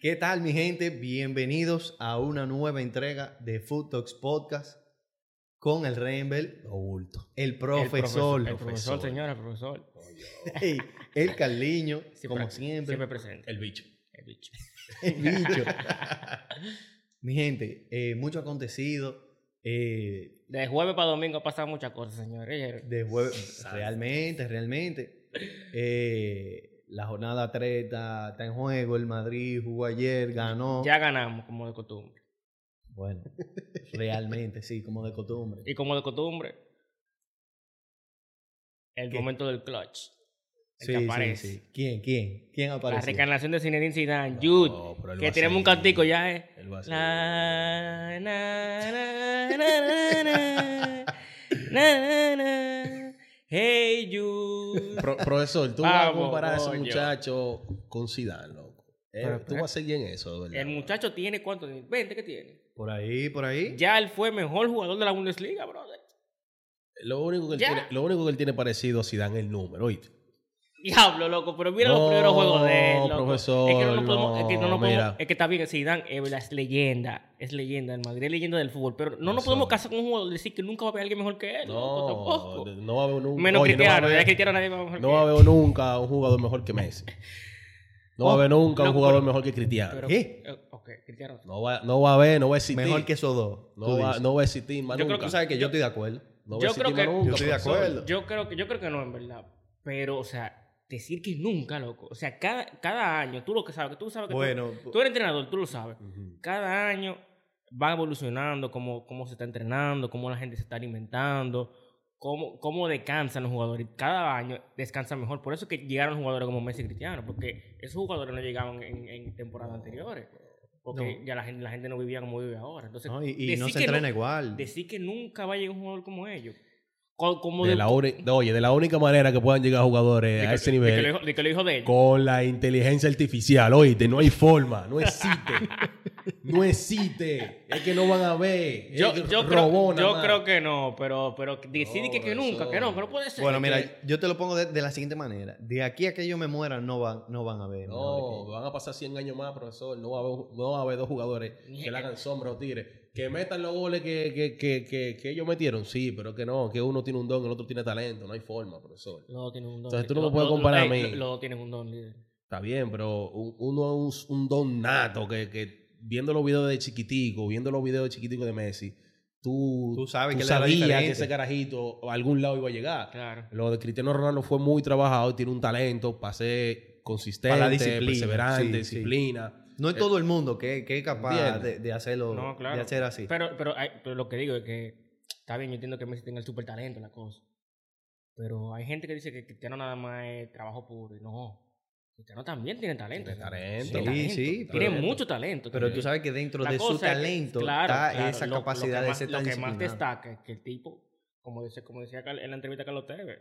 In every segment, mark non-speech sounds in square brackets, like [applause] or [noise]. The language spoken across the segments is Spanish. ¿Qué tal, mi gente? Bienvenidos a una nueva entrega de Food Talks Podcast con el Rembel Oculto. El profesor. El profesor, señora, el profesor. Ey, el Carliño, como [laughs] Siempre siempre. presente. El bicho. El bicho. [laughs] El [laughs] bicho. mi gente, eh, mucho acontecido. eh, De jueves para domingo ha pasado muchas cosas, señores. de jueves. Realmente, realmente. Eh, la jornada 3 está, está en juego. El Madrid jugó ayer, ganó. Ya ganamos, como de costumbre. Bueno, realmente, sí, como de costumbre. Y como de costumbre, el ¿Qué? momento del clutch. El Sí, que sí, aparece. sí. ¿Quién? ¿Quién? ¿Quién La aparece? reencarnación de Zinedine Zidane, No, Jude. pero él va que a tenemos un seguir. cantico ya, ¿eh? Él va a La, na, na, na, na, na, na, na, na. Hey [laughs] Jude. Pro- profesor, tú vas a Vamos, comparar a ese coño. muchacho con Zidane, loco. Eh, Pero, tú pero- vas a seguir en eso, de verdad. El muchacho tiene cuánto? 20 que tiene. Por ahí, por ahí. Ya él fue mejor jugador de la Bundesliga, brother. Lo único, que él Ya. tiene, lo único que él tiene parecido a Zidane es el número, ¿oíste? Diablo, loco, pero mira los No, primeros juegos de él. loco. profesor, es que no, nos podemos, es que no nos no, podemos- mira. es que está bien, Zidane es, verdad, es leyenda, es leyenda, el Madrid es leyenda del fútbol, pero no nos Eso. podemos casar con un jugador y decir que nunca va a haber alguien mejor que él, loco, No, tampoco. no va a haber nunca. Menos oye, no va a Cristiano, haber- ya Cristiano nadie va mejor No que va a él. haber nunca un jugador mejor que Messi. No va a haber nunca no, un jugador pero- mejor que Cristiano. Oh, Pero, ¿Qué? eh, ok, Cristiano. No va, no va a haber, no va a existir. Mejor que esos dos. no, tú va, dices. no va a existir más Yo creo nunca. Tú sabes que yo estoy de acuerdo. No va yo a existir creo que- más nunca, Yo estoy de profesor. acuerdo. Yo creo que yo creo que no, en verdad. Pero, o sea, decir que nunca, loco. O sea, cada, cada año, tú lo que sabes, que tú sabes que tú- Bueno, tú, eres entrenador, tú lo sabes. Ujú. Cada año va evolucionando cómo, cómo se está entrenando, cómo la gente se está alimentando, cómo, cómo descansan los jugadores. Cada año descansan mejor. Por eso es que llegaron jugadores como Messi y Cristiano, porque esos jugadores no llegaban en, en temporadas anteriores. Porque No. ya la gente, la gente no vivía como vive ahora. Entonces, no, y, y no decir se que entrena igual. decir que nunca va a llegar un jugador como ellos. Co- Como De la uni- de- oye, de la única manera que puedan llegar jugadores de a que- ese De que lo nivel, dijo de, que lo dijo de ellos. con la inteligencia artificial, oíste, no hay forma, no [laughs] existe. no existe. Es que no van a ver. Es Yo, que yo, creo, eh, robó nada yo más. creo que no, pero, pero decir No, que, que profesor. nunca, que no, pero puede ser. bueno, mira, que- yo te lo pongo de, de la siguiente manera. De aquí a que yo me muera, no van, no van a ver. No, Oh, van a pasar 100 años más, profesor. No va a haber, no va a haber dos jugadores que le hagan sombra o tigre. Que metan los goles que, que, que, que, que ellos metieron, sí, pero que no, que uno tiene un don, el otro tiene talento, no hay forma, profesor. Los dos tienen un don. Entonces, tú no me Los- puedes los- comparar a ey, mí. los- Los dos tienen un don, líder. Está bien, pero un- uno es un, un don nato que, que viendo los videos de chiquitico, viendo los videos de chiquitico de Messi, tú, Tú sabes que él era sabías diferente. que ese carajito a algún lado iba a llegar. Claro. Lo de Cristiano Ronaldo fue muy trabajado, tiene un talento para ser consistente, Para la disciplina, perseverante, sí, sí. disciplina. No es todo el mundo que, que es capaz ¿Entiendes? de, de hacerlo, No, claro. de hacer así. Pero, pero, hay- pero lo que digo es que está bien, yo entiendo que Messi tenga el super talento, la cosa. Pero hay gente que dice que Cristiano nada más es trabajo puro. y No. Cristiano también tiene talento. Tiene ¿no? talento. Sí, Tiene talento. sí, Tiene pero- mucho talento. Pero tiene. tú sabes que dentro La de su cosa es- talento claro, está claro, esa lo- lo que capacidad más- de ser tan Lo que más disciplinado. destaca es que el tipo, como, dice, como decía Carl- en la entrevista a Carlos Tevez,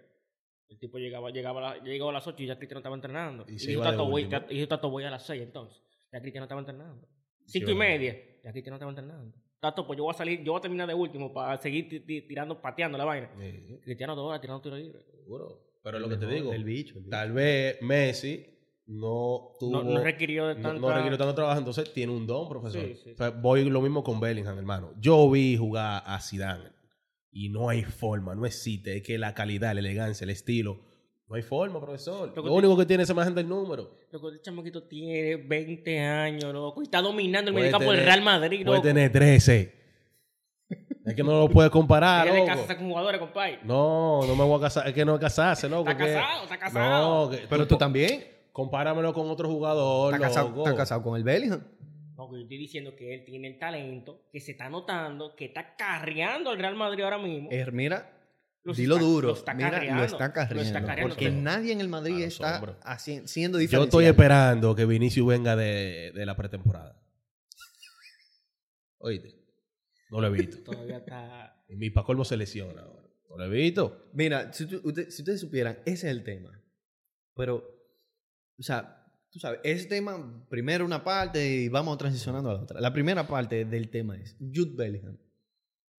el tipo llegaba, llegaba a, la- llegaba a las 8 y ya Cristiano estaba entrenando. Y Y, se yo iba de tato voy, último. ta- y yo tato voy a las 6 entonces. Ya Cristiano estaba entrenando. se 5 y iba de media, ya Cristiano estaba entrenando. Tato, pues yo voy a salir, yo voy a terminar de último para seguir ti- ti- tirando, pateando la vaina. Eh, Sí, Cristiano dos horas tirando tiro libre. seguro. Pero lo que te Mejor, digo, El bicho. el bicho. tal vez Messi no No, tuvo... no requirió de No, tanta... no requiere tanto trabajo, entonces tiene un don, profesor. Sí, sí, sí. O sea, voy lo mismo con Bellingham, hermano. Yo vi jugar a Zidane y no hay forma, no existe. Es que la calidad, la elegancia, el estilo, no hay forma, profesor. que Lo, te- único que tiene es esa imagen del número. Loco, el chamaquito tiene 20 años, loco, y está dominando el Puede mediocampo del tener- Real Madrid, Puede loco. tener 13. es que no lo puede Ah, [laughs] comparar, Tiene de loco. casa con jugadores, compadre. No, no me voy a casar. Es que no casarse, loco. Está que- casado, está casado. No, que- Pero tú también. Compáramelo con otro jugador, Estás casado, loco. estás casado con el Bellingham. Porque yo estoy diciendo que él tiene el talento, que se está notando, que está carreando al Real Madrid ahora mismo. Eh, mira, Los dilo está- duro. los está mira, carreando, lo está carreando. los está carreando, porque pero- nadie en el Madrid A los está hombros. haci- siendo Yo diferente. estoy esperando que Vinicius venga de, de la pretemporada. Oíste, no lo he visto. Todavía está. Y mi Pacolmo se lesiona ahora. No lo he visto. Mira, si, tú- usted- si ustedes supieran, ese es el tema. Pero, o sea, tú sabes, ese tema, primero una parte y vamos transicionando a la otra. La primera parte del tema es Jude Bellingham.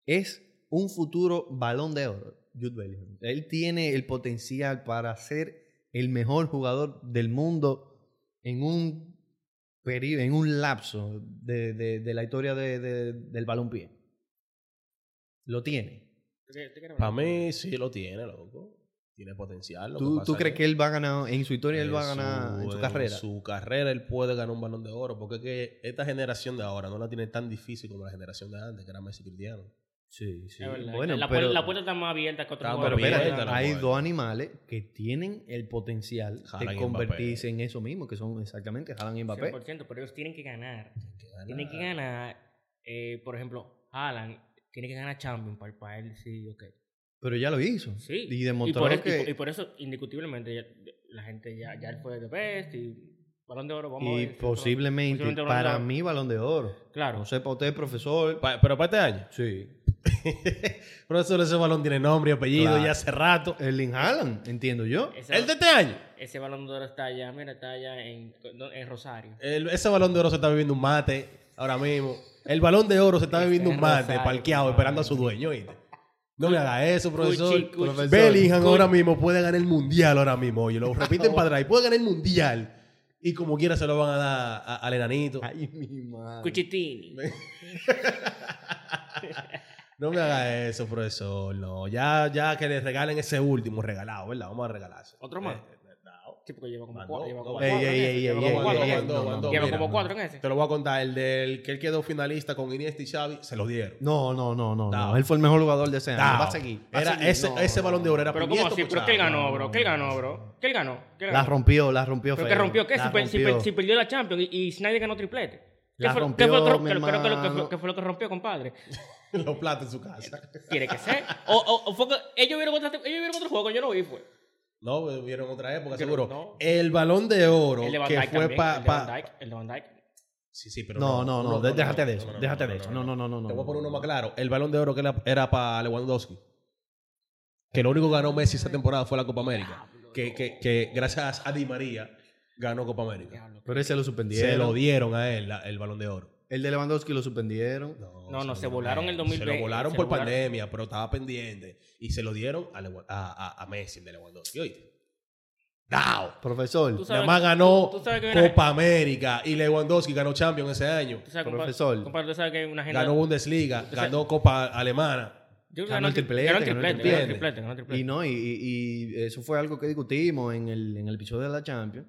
Es un futuro balón de oro, Jude Bellingham. Él tiene el potencial para ser el mejor jugador del mundo en un periodo, en un lapso de, de- de la historia de- de- del balompié. Lo tiene. Para mí sí lo tiene, loco. Tiene potencial. lo ¿Tú, pasa tú crees que él va a ganar en su historia, él va a en ganar en su carrera? En su carrera él puede ganar un balón de oro. Porque es que esta generación de ahora no la tiene tan difícil como la generación de antes, que era Messi y Cristiano. Sí, sí. Es verdad. Bueno, la, pero, Ah, puerta, la puerta está más abierta que otro Está más pero jugador. espérate, abierta la hay puerta. dos animales que tienen el potencial Haaland de y convertirse en eso mismo, que son exactamente Haaland y Mbappé. Ah. 100%, pero ellos tienen que ganar. Que gana- Tienen que ganar, eh, por ejemplo, Alan tiene que ganar Champions para, para él, sí, ok. Pero ya lo hizo. Sí. Y demostró por, eso- que... y por- y por eso, indiscutiblemente, ya- la gente ya, ya él fue de best y balón de oro, vamos a Y ver. si otro- posiblemente, posiblemente balón de para oro. mí, balón de oro. Claro. No sé, para usted, profesor. Pa- pero para este año. [laughs] Sí. Profesor, ese balón tiene nombre y apellido Claro. ya hace rato. Erling Haaland, entiendo yo. Ese, ¿El de este año? ese balón de oro está allá, mira, está allá en, en Rosario. El- ese balón de oro se está viviendo un mate ahora mismo. El balón de oro se está viviendo un mate, Rosario, parqueado, compadre. esperando a su dueño, ¿oíste? No me haga eso, profesor. Cuchi, cuchi. Profesor. Bellingham Cuchi. ahora mismo puede ganar el mundial ahora mismo. Oye, lo repiten para atrás. y Puede ganar el mundial. Y como quiera se lo van a dar a- al enanito. Ay, mi madre. Cuchitini. No me haga eso, profesor. No, ya, ya que le regalen ese último regalado, ¿verdad? Vamos a Eh, regalarse. ¿Otro más? Ah, no. Sí, porque lleva como Mandó, cuatro. Lleva como mandó. Ey, cuatro. en ey, ese, ey, ey, lleva como ey, cuatro ey, en ey, ese. no, no, Lleva mira, como no. cuatro en ese. Te lo voy a contar. El del que él quedó finalista con Iniesta y Xavi, se lo dieron. No, no, no, no, Tao. no. Él fue el mejor jugador de ese año. Tao. Va a seguir. va a Era seguir. ese, No, ese no, balón de no. oro era Pero ¿cómo Iniesta, así? ¿Pero Cuchara. qué él ganó, bro? ¿Qué él ganó, bro? ¿Qué él ganó? ¿Qué él La ganó? rompió, la rompió. ¿Pero feo. qué rompió? ¿Qué? La Si, per- si per- rompió. si perdió la Champions y, y Snyder ganó triplete. ¿Qué La fue, rompió, ¿qué fue, lo que- mi creo- creo que lo que hermano. fue, qué fue lo que rompió, compadre? Los platos en su casa. Tiene que ser. O, o, o fue que ellos vieron, otra- ellos vieron otro juego, yo no vi, fue. No, vieron otra época, Yo- seguro. no. El balón de oro El de Van que Dijk fue también. para... el, de Van Dijk, el de Van Dijk. Sí, sí, pero No, no, no. uno- de- Déjate de no, eso. no, no, Déjate de eso. No, no, no, no. Te no. voy a poner uno más claro. El balón de oro que era- era para Lewandowski. Que lo único que ganó Messi esa temporada fue la Copa América. Que, que, que gracias a Di María ganó Copa América. Diablo. Pero ese lo Se lo suspendieron. dieron a él la- el balón de oro. El de Lewandowski lo suspendieron. No, no, lo se dieron volaron a él. el 2020, Se lo volaron se por lo volaron. pandemia, pero estaba pendiente. Y se lo dieron a, Lewa- a, a- a Messi, el de Lewandowski. ¿Oíste? ¡Dao! Profesor, Tú sabes- Nada más ganó tú sabes que viene- Copa América y Lewandowski ganó Champions ese año. Tú sabes, Profesor. compadre, compadre, tú sabes que hay una gente... Ganó Bundesliga, sabes- ganó Copa Alemana. Yo creo que Ganó el tri- triplete, Ganó el ganó el triplete, ganó el triplete. triplete, ganó el triplete. Y no, y, y- y eso fue algo que discutimos en el, en el episodio de la Champions.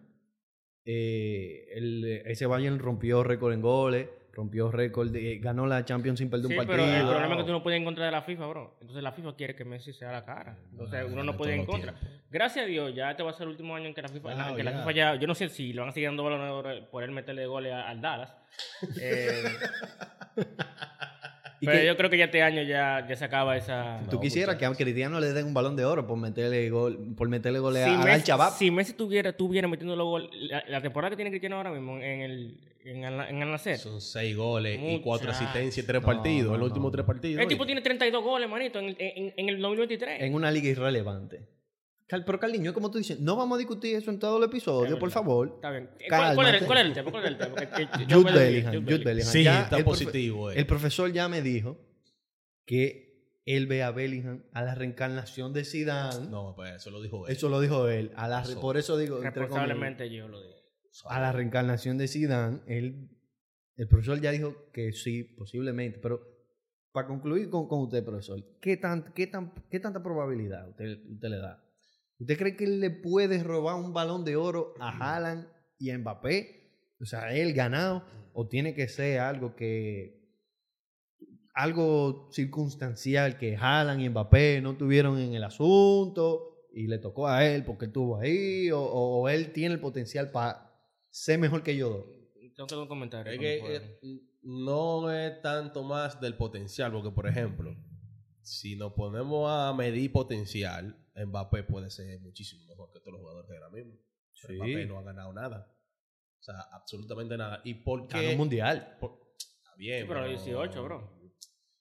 Eh, el- ese Bayern rompió récord en goles, rompió récord, de- ganó la Champions sin perder Sí, un partido. pero el problema es que tú no puedes encontrar de la FIFA, bro. Entonces la FIFA quiere que Messi sea la cara. Entonces Ah, uno de no puede todos en los contra. Gracias a Dios, ya este va a ser el último año en que la FIFA, Wow, en que la ya. FIFA ya... Yo no sé si lo van a seguir dando balones de oro por él meterle goles a- al Dallas. Eh, ¿Y pero qué- yo creo que ya este año ya, ya se acaba esa... Tú No, quisieras que a Cristiano le den un balón de oro por meterle gol, por meterle gol a, si, al Messi, Shabab. si Messi tuviera, tuviera metiendo los goles... La, la temporada que tiene Cristiano ahora mismo en el... En, Al- en Al-Nassr, Son seis goles y cuatro Muchachos. asistencias y tres No, partidos. no, en los no, últimos no. tres partidos. El tipo oye. tiene 32 goles, manito, en el, en, en el 2023. en una liga irrelevante. Cal- Pero Carliño, es como tú dices, no vamos a discutir eso en todo el epidio, Es por verdad. favor. Está bien. Eh, ¿Cuál, cuál era, Cálmate. cuál era el tema? ¿Cuál era el tema? Porque, eh, yo Jude me desvié, Bellingham, Jude Bellingham. Sí, Ya está el profe- positivo. eh. El profesor ya me dijo que él ve a Bellingham a la reencarnación de Zidane. No, pues eso lo dijo él. Eso lo dijo él. A la re- Eso. por eso digo, entre comillas, Responsablemente yo lo digo. a la reencarnación de Zidane, él, el profesor ya dijo que sí, posiblemente. Pero para concluir con, con usted, profesor, ¿qué, tan, qué, tan, ¿qué tanta probabilidad usted, usted le da? ¿Usted cree que él le puede robar un balón de oro a Haaland y a Mbappé? O sea, él ganado. ¿O tiene que ser algo que... Algo circunstancial que Haaland y Mbappé no tuvieron en el asunto y le tocó a él porque estuvo ahí o, o- o él tiene el potencial para ser mejor que yo dos. Tengo que dar un comentario. Es con mi que jugador. eh, no es tanto más del potencial, porque por ejemplo, si nos ponemos a medir potencial, Mbappé puede ser muchísimo mejor que todos los jugadores de ahora mismo. Pero Sí. Mbappé no ha ganado nada. O sea, absolutamente nada. ¿Y por Ganó un qué? mundial. Está bien, Sí, pero 18, bro.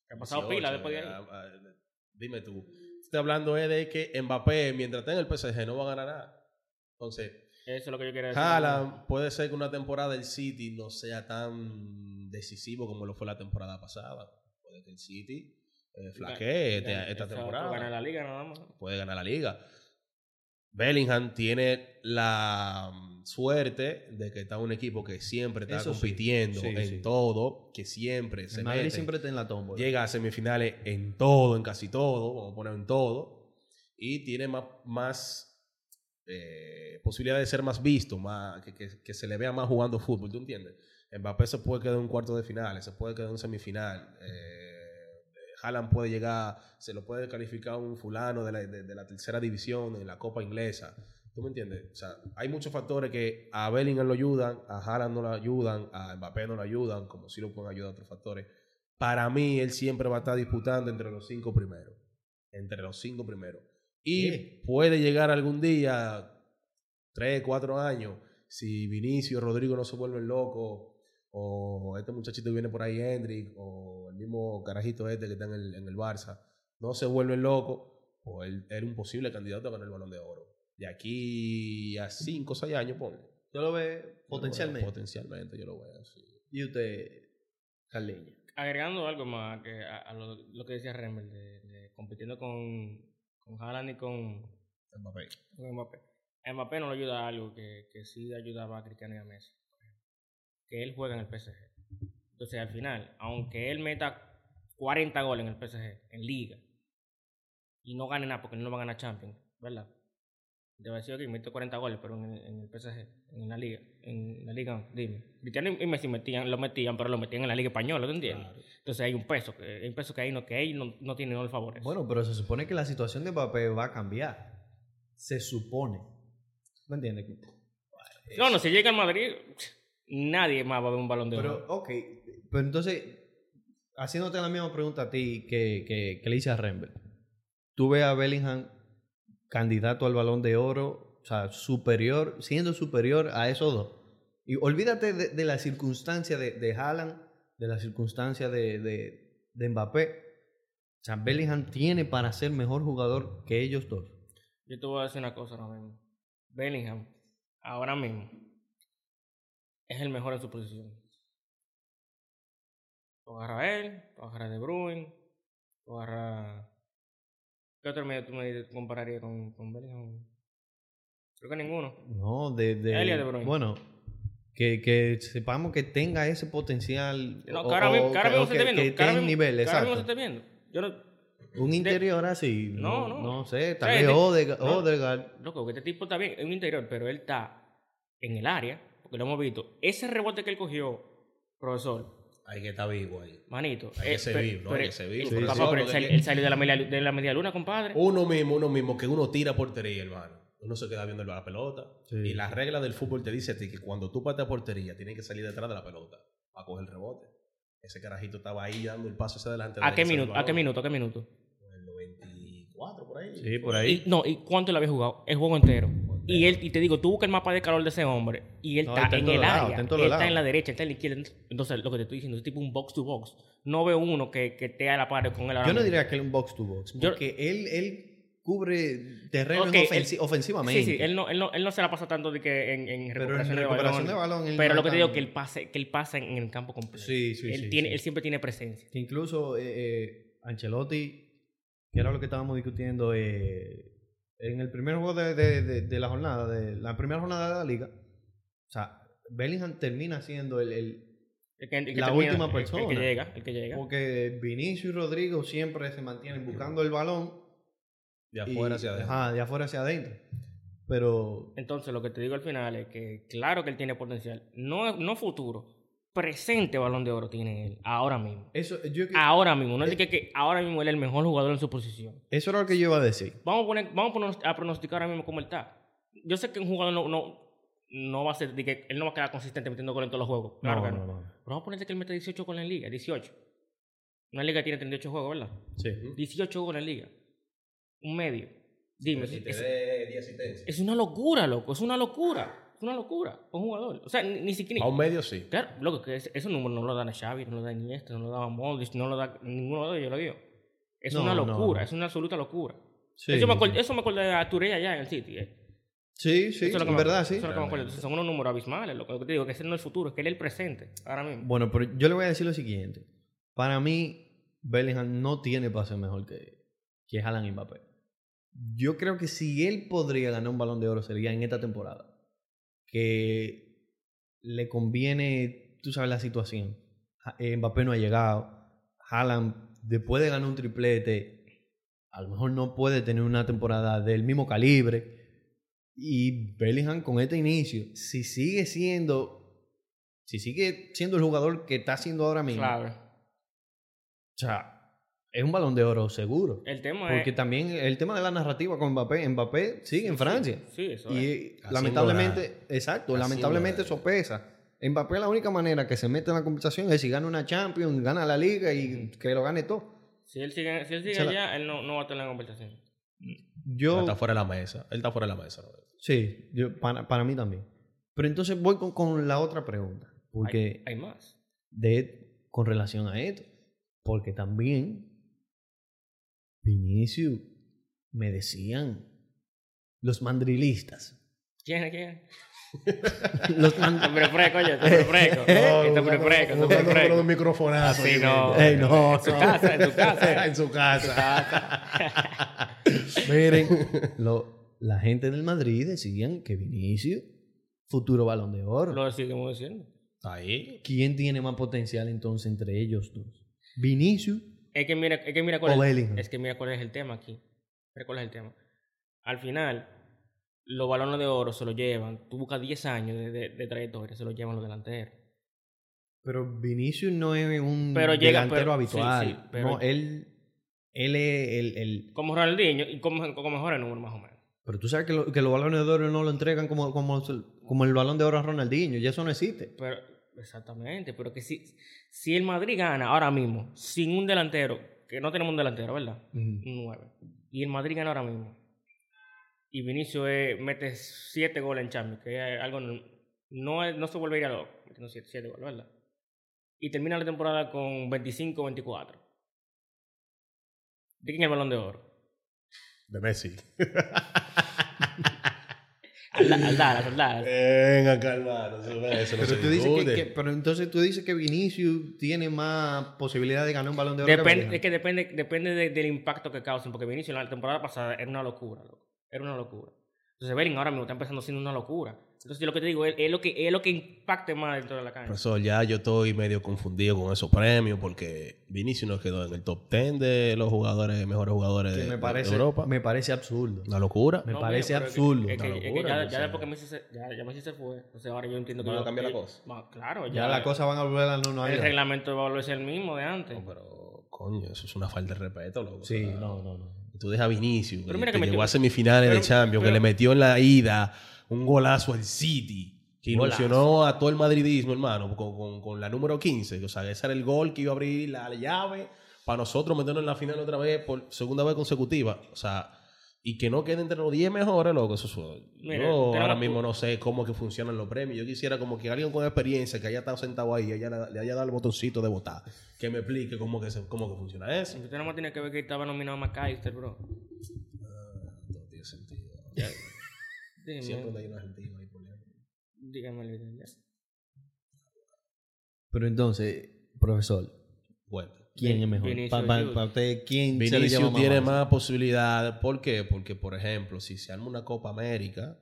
Que ha pasado 18, pila después de eh, ahí. ah, ah, Dime tú. Estoy hablando es de que Mbappé, mientras esté en el PSG, no va a ganar nada. Entonces, Eso es lo que yo quería decir. Haaland puede ser que una temporada del City no sea tan decisivo como lo fue la temporada pasada. Puede que el City eh, flaquee este- Gana- esta exacto, Gana temporada. la liga nada más. Puede ganar la liga. Bellingham tiene la Suerte de que está un equipo que siempre está Eso sí. compitiendo Sí, en sí. todo, que siempre se El Madrid mete. siempre está en la tómbola. Llega a semifinales en todo, en casi todo, vamos a poner en todo. Y tiene más, más eh, posibilidad de ser más visto, más, que, que- que se le vea más jugando fútbol, ¿tú entiendes? Mbappé se puede quedar en un cuarto de final, se puede quedar en un semifinal. Eh, Haaland puede llegar, se lo puede calificar un fulano de la, de- de la tercera división en la Copa Inglesa. ¿Tú me entiendes? O sea, hay muchos factores que a Bellingham lo ayudan, a Haaland no lo ayudan, a Mbappé no lo ayudan, como si lo pueden ayudar otros factores. Para mí, él siempre va a estar disputando entre los cinco primeros. Entre los cinco primeros. Y Sí. puede llegar algún día, tres, cuatro años, si Vinicio, Rodrigo no se vuelven locos, o este muchachito que viene por ahí, Hendrik, o el mismo carajito este que está en el, en el Barça, no se vuelven locos, o él era un posible candidato a ganar el balón de oro. De aquí a cinco o seis años, ponle. Yo lo ve potencialmente. Potencialmente, yo lo veo. sí. y usted, Carleña. Agregando algo más que a, a lo, lo que decía Rembert, de, de compitiendo con, con Haaland y con, Mbappé. con Mbappé. A Mbappé no le ayuda algo que, que sí ayudaba a Cristiano y a Messi. Que él juega en el PSG. Entonces, al final, aunque él meta 40 goles en el PSG, en Liga, y no gane nada porque no va a ganar Champions, ¿verdad? Debe decir que metió 40 goles, pero en el, en el PSG, en la Liga, en la Liga, dime. Cristiano y- y Messi metían, lo metían, pero lo metían en la Liga Española, ¿te entiendes? Entonces hay un peso, que, hay un peso que ahí no, que ahí no, no tiene no el favor. Bueno, pero se supone que la situación de Mbappé va a cambiar. Se supone. ¿Me entiendes? no, no, si llega al Madrid, nadie más va a ver un balón de oro. Pero, ok. Pero entonces, haciéndote la misma pregunta a ti que, que, que le hice a Rembert. ¿Tú ves a Bellingham candidato al balón de oro? O sea, superior, siendo superior a esos dos. Y olvídate de, de la circunstancia de, de Haaland, de la circunstancia de, de, de Mbappé. O sea, Bellingham tiene para ser mejor jugador que ellos dos. Yo te voy a decir una cosa ahora mismo. Bellingham, ahora mismo, es el mejor en su posición. Tú agarras a él, tú agarras a De Bruyne, tú agarras... ¿Qué otro medio tú me compararías con, con Bellingham? Creo que ninguno. No, de, de- Elia De Bruyne. bueno, que, que sepamos que tenga ese potencial. No, o- que ahora mismo o que ahora que- mismo o se que- esté viendo. que que ahora tenga mismo- nivel, que ahora mismo se exacto. esté viendo. Yo no... Un interior así. No, No, no. no. sé, tal O sea, vez este- Odega- no. Odegaard. Loco, que este tipo está bien en un interior, pero él está en el área, porque lo hemos visto. Ese rebote que él cogió, profesor, Hay que estar vivo ahí. manito. Hay que eh, ser pe- vivo, ¿no? pero- Hay que ser vivo, papá, profesor, pero él, porque sal- es que- él salió de la, media, de la media luna, compadre. Uno mismo, uno mismo, que uno tira portería, hermano. Uno se queda viendo la pelota. Sí. Y las reglas del fútbol te dicen a ti que cuando tú pateas portería, tienes que salir detrás de la pelota para coger el rebote. Ese carajito estaba ahí dando el paso hacia adelante. ¿A qué Salió el minuto? ¿A qué balón. minuto? ¿A qué minuto? El 94, por ahí. Sí, por Y, ahí. no, ¿y cuánto le había jugado? El juego entero. Y él, y te digo, tú buscas el mapa de calor de ese hombre y él Eh. No, está, está en en todos el lados, área. está en él todos lados. está en la derecha, está en la izquierda. Entonces, lo que te estoy diciendo, es tipo un box to box. No veo uno que, que esté a la par con él. ahora Yo no mismo. diría que él es un box to box. Yo- Porque él, él cubre terreno en Ok, él- ofensi- ofensivamente. Sí, sí, él no, él, no, él no se la pasa tanto de que en, en pero en recuperación, de recuperación balón. de balón. él Pero no lo es que te tan- digo que él pase, que él pasa en el campo completo. Sí, sí, él, sí, tiene, sí. él siempre tiene presencia. Que incluso eh, eh, Ancelotti, que era lo que estábamos discutiendo eh, en el primer juego de, de- de- de la jornada, de la primera jornada de la liga, o sea, Bellingham termina siendo el... el- El que- el que La termina- última el- El, persona. que llega, el que llega. porque Vinicius y Rodrigo siempre se mantienen buscando el balón. De y- afuera hacia adentro. Ajá, de afuera hacia adentro. Pero... Entonces, lo que te digo al final es que claro que él tiene potencial. No, no futuro, presente balón de oro tiene él ahora mismo. Eso, yo, Ahora mismo, no es de que, que ahora mismo él es el mejor jugador en su posición. eso era lo que yo iba a decir. Vamos a, poner, vamos a pronos- a pronosticar ahora mismo cómo él está. Yo sé que un jugador no, no, no va a ser, de que él no va a quedar consistente metiendo gol en todos los juegos. Claro que no. no, no. Pero vamos a ponerte que él mete 18 goles en liga, 18. Una liga tiene 38 juegos, ¿verdad? Sí. 18 goles en liga. Un medio. Dime, Si te es, dé 10 asistencias. es una locura, loco. Es una locura. Es una locura. Un jugador. O sea, ni, ni siquiera. A un medio sí. Claro, loco, que es- esos números no lo dan a Xavi, no lo da Iniesta, no lo da a Modric, no lo da ninguno de ellos, lo digo. Es No, una no. locura, es una absoluta locura. Sí, eso, me acuerdo, eso me acuerdo de Aturella allá en el City. eh. sí, sí, Eso es lo que en me- verdad, sí. eso es lo que me acuerdo. Son unos números abismales, loco. Lo que te digo, que ese no es el futuro, es que él es el presente, ahora mismo. Bueno, pero yo le voy a decir lo siguiente. Para mí, Bellingham no tiene pase mejor que, que Haaland y Mbappé. Yo creo que si él podría ganar un balón de oro sería en esta temporada. Que que le conviene, tú sabes la situación. Ja- eh, Mbappé no ha llegado. Haaland, después de ganar un triplete, a lo mejor no puede tener una temporada del mismo calibre. Y Bellingham con este inicio, si sigue siendo, si sigue siendo el jugador que está siendo ahora mismo, Claro. o sea, es un balón de oro seguro. El tema Porque es. también el tema de la narrativa con Mbappé, Mbappé sigue en Francia. Sí, eso Y es. eh, Haciendo lamentablemente, exacto, Haciendo lamentablemente nada. eso pesa. Mbappé la única manera que se mete en la competición es si gana una Champions, gana la liga y que lo gane todo. Si él sigue, si él sigue Se la- allá, él no, no va a tener la conversación. Él Yo, está fuera de la mesa. Él está fuera de la mesa. Roberto. sí, yo- para, para mí también. Pero entonces voy con, con la otra pregunta, porque Hay, hay más. de, con relación a esto, porque también Vinicius me decían los mandrilistas. [laughs] ¿Quién? ¿Quién? Los man- Está prefresco, oye, está [laughs] prefresco. Eh, Está prefresco, está con un prefresco. microfonazo. Así ahí, no. Ey, no, En su no. casa, en su casa. [laughs] en su casa. [laughs] Miren, lo- la gente del Madrid decían que Vinicius, futuro balón de oro. Lo seguimos diciendo. Está ahí. ¿Quién tiene más potencial entonces entre ellos dos? Vinicius. Es que mira, es que mira O cuál es, Bellingham. es que mira cuál es el tema aquí. Mira cuál es el tema. Al final, los balones de oro se los llevan. Tú buscas 10 años de, de- de trayectoria, se los llevan los delanteros. Pero Vinicius no es un Pero llega- delantero pero- habitual. sí, sí, pero- no, él, él es el, el- Como Ronaldinho y como, como mejor el número más o menos. Pero tú sabes que, lo- que los balones de oro no lo entregan como, como, como el balón de oro a Ronaldinho. Ya eso no existe. Pero, exactamente, pero que si, si el Madrid gana ahora mismo sin un delantero, que no tenemos un delantero, ¿verdad? Mm. Un 9. Y el Madrid gana ahora mismo. Y Vinicius eh, mete 7 goles en Champions, que es algo no, no, es- no se volvería loco, metiendo 7 goles, ¿verdad? Y termina la temporada con 25-24. ¿De quién es el balón de oro? De Messi. Alda- Aldaras, Eh, Aldaras. Venga, calmado. Eso no Pero, se tú dices que, discute. que- pero entonces tú dices que Vinicius tiene más posibilidad de ganar un balón de oro. que Depende, Bellingham. es que depende, depende de- del impacto que causen, porque Vinicius la temporada pasada era una locura, loco. Era una locura. Entonces Bellingham ahora mismo está empezando siendo una locura. Entonces yo lo que te digo es, es lo que es lo que impacte más dentro de la cancha. Profesor, ya yo estoy medio confundido con esos premios porque Vinicius nos quedó en el top 10 de los jugadores, mejores jugadores Que de, me de parece, Europa. me parece absurdo. Una locura. Me No, parece mira, pero es que- absurdo. Es que, Una es que locura, ya, o ya sea. después que Messi se, ya, ya Messi se fue, entonces ahora yo entiendo que... Van a yo- cambiar la yo- cosa. Va, claro, Ya la cosa van a volver a la El normalidad. reglamento va a volverse el mismo de antes. No, pero, coño, eso es una falta de respeto, loco. Sí, O sea, no, no, no. Tú dejas a Vinicius, Pero que, mira que que metió- llegó a semifinales de pero- Champions, que pero- le metió en la ida un golazo al City, que Golazo. ilusionó a todo el madridismo, hermano, con, con- con la número 15. O sea, ese era el gol que iba a abrir la llave para nosotros meternos en la final otra vez por segunda vez consecutiva. O sea, y que no quede entre los 10 mejores, loco. Eso es- Mira, yo tenemos- ahora mismo no sé cómo que funcionan los premios. Yo quisiera como que alguien con experiencia que haya estado sentado ahí, haya- le haya dado el botoncito de votar, que me explique cómo que, se- cómo que funciona eso. Usted nada más tiene que ver que estaba nominado McAllister, bro. No tiene sentido. Dime, Siempre hay un argentino ahí por dígame el video. Este Pero entonces, profesor, Bueno. ¿quién Vin- es mejor? Vinicius Para Jr. usted, ¿quién se le llama Vinicius más tiene fácil? más posibilidades. ¿Por qué? Porque, por ejemplo, si se arma una Copa América,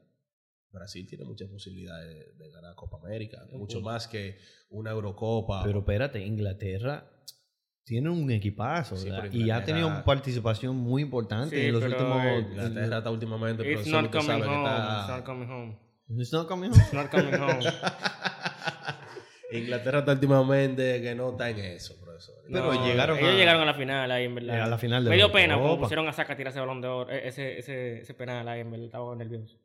Brasil tiene muchas posibilidades de, de ganar Copa América. Mucho más que una Eurocopa. Pero espérate, Inglaterra tiene un equipazo Sí, ¿verdad? pero y ha Inglaterra- tenido participación muy importante Sí, en los pero, eh, últimos... Inglaterra está últimamente, It's profesor, not usted coming sabe que home, it's está... not coming home. It's not coming It's not coming home. Inglaterra está últimamente que no está en eso, profesor. [laughs] Pero llegaron ellos a- llegaron a la final ahí, en verdad. a la final de Me la dio pena porque Copa. pusieron a Saca a tirar ese balón de oro, eh, ese, ese, ese penal ahí, en verdad. Estaba nervioso.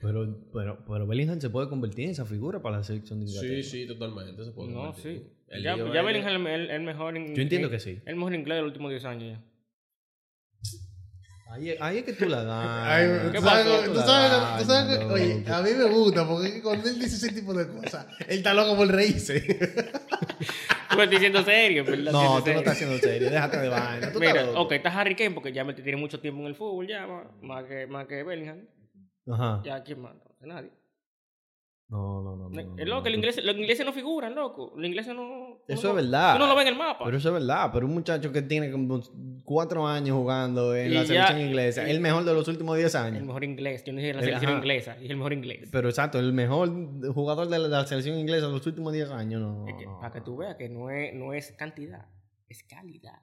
Pero, pero, pero Bellingham se puede convertir en esa figura para la selección de Inglaterra. Sí, sí, totalmente. se puede No, convertir. sí. El ya lío ya es que- Bellingham es el, el mejor... in- Yo entiendo que sí. El mejor inglés de los últimos 10 años ya. Ahí, es- ahí es que tú la das. [laughs] Ay, Ahí es tú que sabes, tú tú la sabes, das, tú sabes que- no, oye, ah, tú- a mí me gusta porque cuando él dice ese tipo de cosas, él está loco por reírse. Tú me [laughs] estás diciendo serio, en ¿verdad? No, Siendo tú no serio. estás haciendo serio. Déjate de vaina. Tú estás Mira, loco. ok, está Harry Kane porque ya me tiene mucho tiempo en el fútbol, ya, más, más que, más que Bellingham. Ajá. Ya, ¿quién más? No, nadie. No, no, no. no, no, Es loco, que no. los ingleses, los ingleses no figuran, loco. Los ingleses no. Eso no- es verdad. Tú no lo ves en el mapa. Pero eso es verdad, pero un muchacho que tiene como cuatro años jugando en Y la ya- selección inglesa, el mejor de los últimos diez el años. mejor inglés. Yo no dije la El- selección ajá. inglesa. Dije el mejor inglés. Pero exacto, el mejor jugador de la, de la selección inglesa de los últimos 10 años, no. Es que- para que tú veas que no es, no es cantidad, es calidad.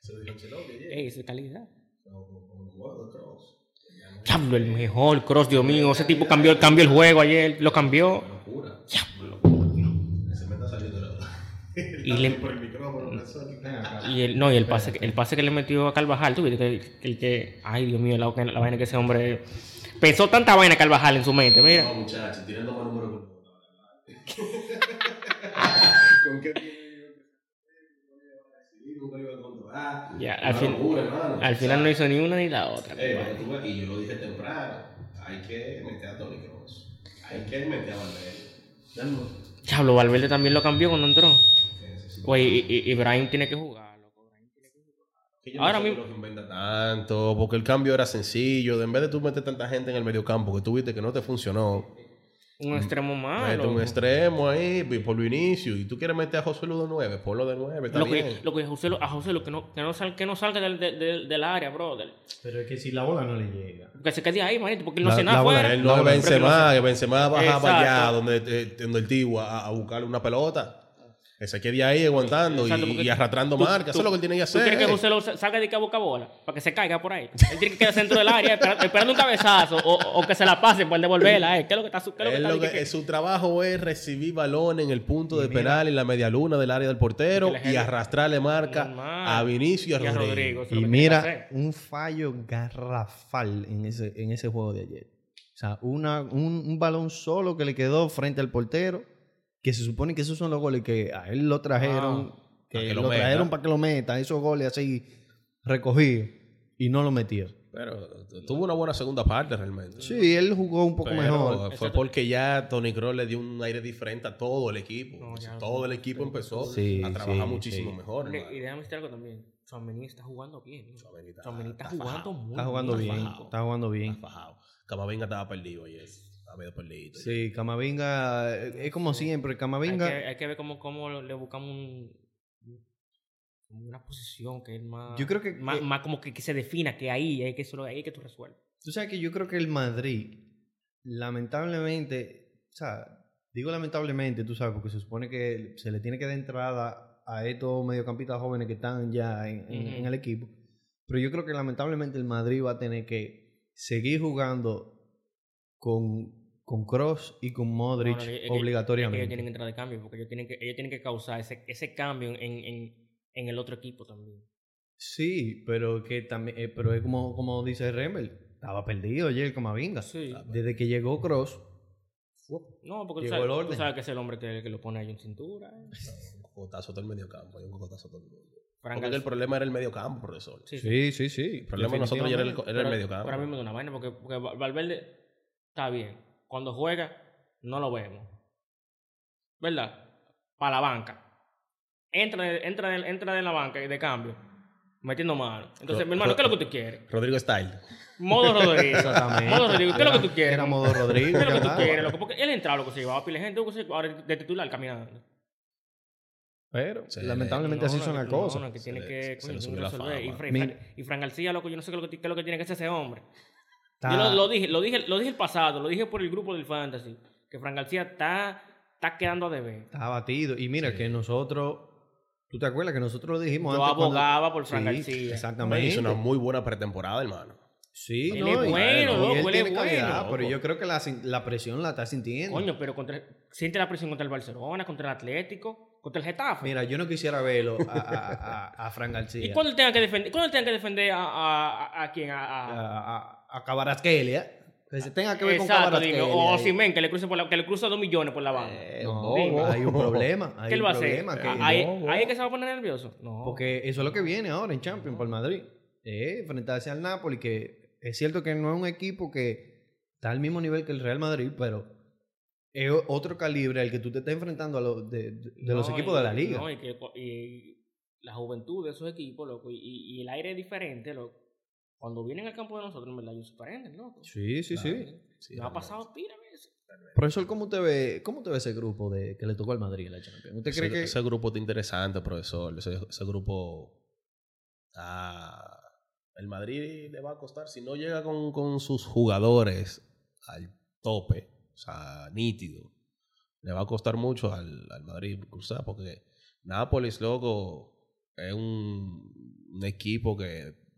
Se lo dijo Ancelotti ayer. Ey, eso es calidad. Con- con- con los juegos de cross. Ya no- Diablo, el mejor cross, Dios mío. Ese tipo cambió, cambió el juego ayer. Lo cambió. Una locura. Se me está saliendo [laughs] la. Y le- Por el micrófono, la Sony. Y el, no, y el pase, que- el pase que le metió a Carvajal, tú viste que, que el que, ay Dios mío, la, la vaina que ese hombre pensó tanta vaina Carvajal en su mente, mira. No, muchachos, tirando más número [laughs] con. ¿Con qué tiene? Nunca lo iba a controlar. Ya, Una al fin- locura, hermano. Al final no hizo ni una ni la otra. Eh, compadre. pero tú ves, y yo lo dije temprano, hay que meter a Tony Cross, hay que meter a Valverde. Ya no, Diablo, Valverde también lo cambió cuando entró. que necesito- Güey, y- y- Ibrahim tiene que jugar, loco. Ibrahim tiene que jugar. que yo no ahora sé mismo- por lo que inventa tanto, porque el cambio era sencillo, de en vez de tú meter tanta gente en el mediocampo que tuviste que no te funcionó, Un extremo malo. mete Mm. un extremo ahí, y por inicio, y tú quieres meter a José Ludo 9, ponlo de 9, está Lo bien. que, lo que a José, lo- a José lo que no, que no, sal- que no salga del, del- del- del área, brother. Pero es que si la bola no le llega. Porque se quede ahí, manito, porque él no La- hace nada la bola, afuera. Él no es No, no, Benzema, que Benzema baja Exacto. para allá donde, eh, donde el tío a, a buscarle una pelota. Ese quede ahí aguantando y, Exacto, porque y arrastrando tú- marcas. Eso tú- es lo que él tiene que ¿Tú hacer. quieres que José lo sa- salga de que boca bola? Para que se caiga por ahí. Él tiene que quedar dentro del área espera- esperando un cabezazo o, o que se la pase para devolverla. eh. ¿Qué es lo que está su- qué es lo que Él está lo que- di que- su trabajo es recibir balón en el punto de penal, en la media luna del área del portero Y que la y gente- arrastrarle marca Normal. a Vinicius y Y a a Rodrigo. Rodrigo, eso es Y lo que tiene que mira, hacer. un fallo garrafal en ese, en ese juego de ayer. O sea, una, un, un balón solo que le quedó frente al portero, que se supone que esos son los goles que a él lo trajeron, que, Ah, Para que lo lo, meta. trajeron para que lo meta, esos goles así recogidos, y no lo metió. Pero tuvo una buena segunda parte realmente. Sí, él jugó un poco Pero mejor. fue porque ya Tony Kroos le dio un aire diferente a todo el equipo. No, ya. todo el equipo empezó Sí, a trabajar sí, muchísimo sí. mejor. hermano. Y déjame decir algo también. Chouameni está jugando bien. ¿no? Chouameni está- Chouameni está, está jugando fajado. muy Está jugando bien. bien, fajado. está jugando bien. Está fajado. Camavinga estaba perdido ayer. Estaba medio perdido. Sí, Camavinga, eh, es como siempre, Hay que, Camavinga... hay que ver cómo, cómo le buscamos un- una posición que es más... Yo creo que- Más, eh, más como que, que se defina que ahí, ahí que, solo, ahí que tú resuelves. Tú sabes que yo creo que el Madrid, lamentablemente, o sea, digo lamentablemente, tú sabes, porque se supone que se le tiene que dar entrada a estos mediocampistas jóvenes que están ya en, en- Ujú. en el equipo. Pero yo creo que lamentablemente el Madrid va a tener que seguir jugando con, con Cross y con Modric No, no, es que- es que- obligatoriamente. Ellos tienen que entrar de cambio porque ellos tienen que, ellos tienen que causar ese, ese cambio en, en, en el otro equipo también. Sí, pero que también, eh, pero es como, como dice Remmel, estaba perdido ayer Camavinga. Sí. Ah, Desde que llegó Cross, No, porque tú Llegó sabes, el tú orden. sabes que es el hombre que, que lo pone ahí en cintura. eh. Un cocotazo todo el mediocampo. Hay un cocotazo todo el mundo. Fran Porque el García. problema era el mediocampo, profesor. Sí, sí. sí, sí, sí. El problema de nosotros ya era el, co- era el Pero- mediocampo. Pero a mí me da una vaina porque, porque Val- Valverde está bien. Cuando juega, no lo vemos. ¿Verdad? Para la banca. Entra, de- entra, de- entra de la banca y de cambio. Metiendo mano. Entonces, Ro- mi hermano, ¿qué es lo ro- que tú quieres? Rodrigo Style. Modo [laughs] Rodríguez. Exactamente. Modo Rodríguez, ¿qué es lo que tú quieres? Era modo Rodrigo. ¿Qué es lo que tú ajá. quieres, loco? Porque él entraba, loco, se llevaba pila de gente, loco, se ahora de titular caminando. Pero Sí, lamentablemente No, así no, son no, las no, cosas. no, que tiene le- que, se le coño, tiene subió que la resolver. Y fama. Fran, Mi- y Fran García, loco, yo no sé qué es lo que, qué es lo que tiene que hacer ese hombre. Está- Yo lo, lo dije, lo dije, lo dije el pasado, lo dije por el grupo del Fantasy, que Fran García está, está quedando a deber. está abatido. Y mira que nosotros... ¿Tú te acuerdas que nosotros lo dijimos Yo antes? cuando- abogaba por Fran Sí, García. Exactamente. Hizo una muy buena pretemporada, hermano. Sí, Él no, es y- bueno, y loco, él él es tiene bueno. calidad, Pero Loco. yo creo que la, sin- la presión la está sintiendo. Coño, pero contra, siente la presión contra el Barcelona, contra el Atlético, contra el Getafe. Mira, yo no quisiera verlo a, a, a, a Fran García. ¿Y cuándo él tenga que defender, cuándo él tenga que defender a, a, a- a quién? A- a- A, a, a Kvaratskhelia. Que se tenga que ver con Exacto, dime. Cabarasquelia. O Osimen, que le cruce por la, que le cruza dos millones por la banda. Eh, no, Dime. hay un problema. Hay ¿Qué él un va a hacer? Ah, problema. que- ¿Ahí, no, ahí es que se va a poner nervioso? No. Porque eso es lo que viene ahora en Champions para el Madrid. Eh, enfrentarse al Napoli, que es cierto que no es un equipo que está al mismo nivel que el Real Madrid, pero es o- otro calibre al que tú te estás enfrentando a los de, de- de los No, equipos y- de la liga. No, y, que, co- y la juventud de esos equipos, loco, y, y- y el aire es diferente, loco. Cuando vienen al campo de nosotros, en verdad, ellos se prenden, loco. sí, sí, sí. Me ha pasado pila veces. realmente. Profesor, ¿cómo te ve, cómo te ve ese grupo de, que le tocó al Madrid en la Champions? ¿Usted cree Ese, que ese grupo está interesante, profesor. Ese, ese grupo está- El Madrid le va a costar, si no llega con, con sus jugadores al tope, o sea, nítido, le va a costar mucho al, al Madrid cruzar, porque Nápoles, loco, es un, un equipo que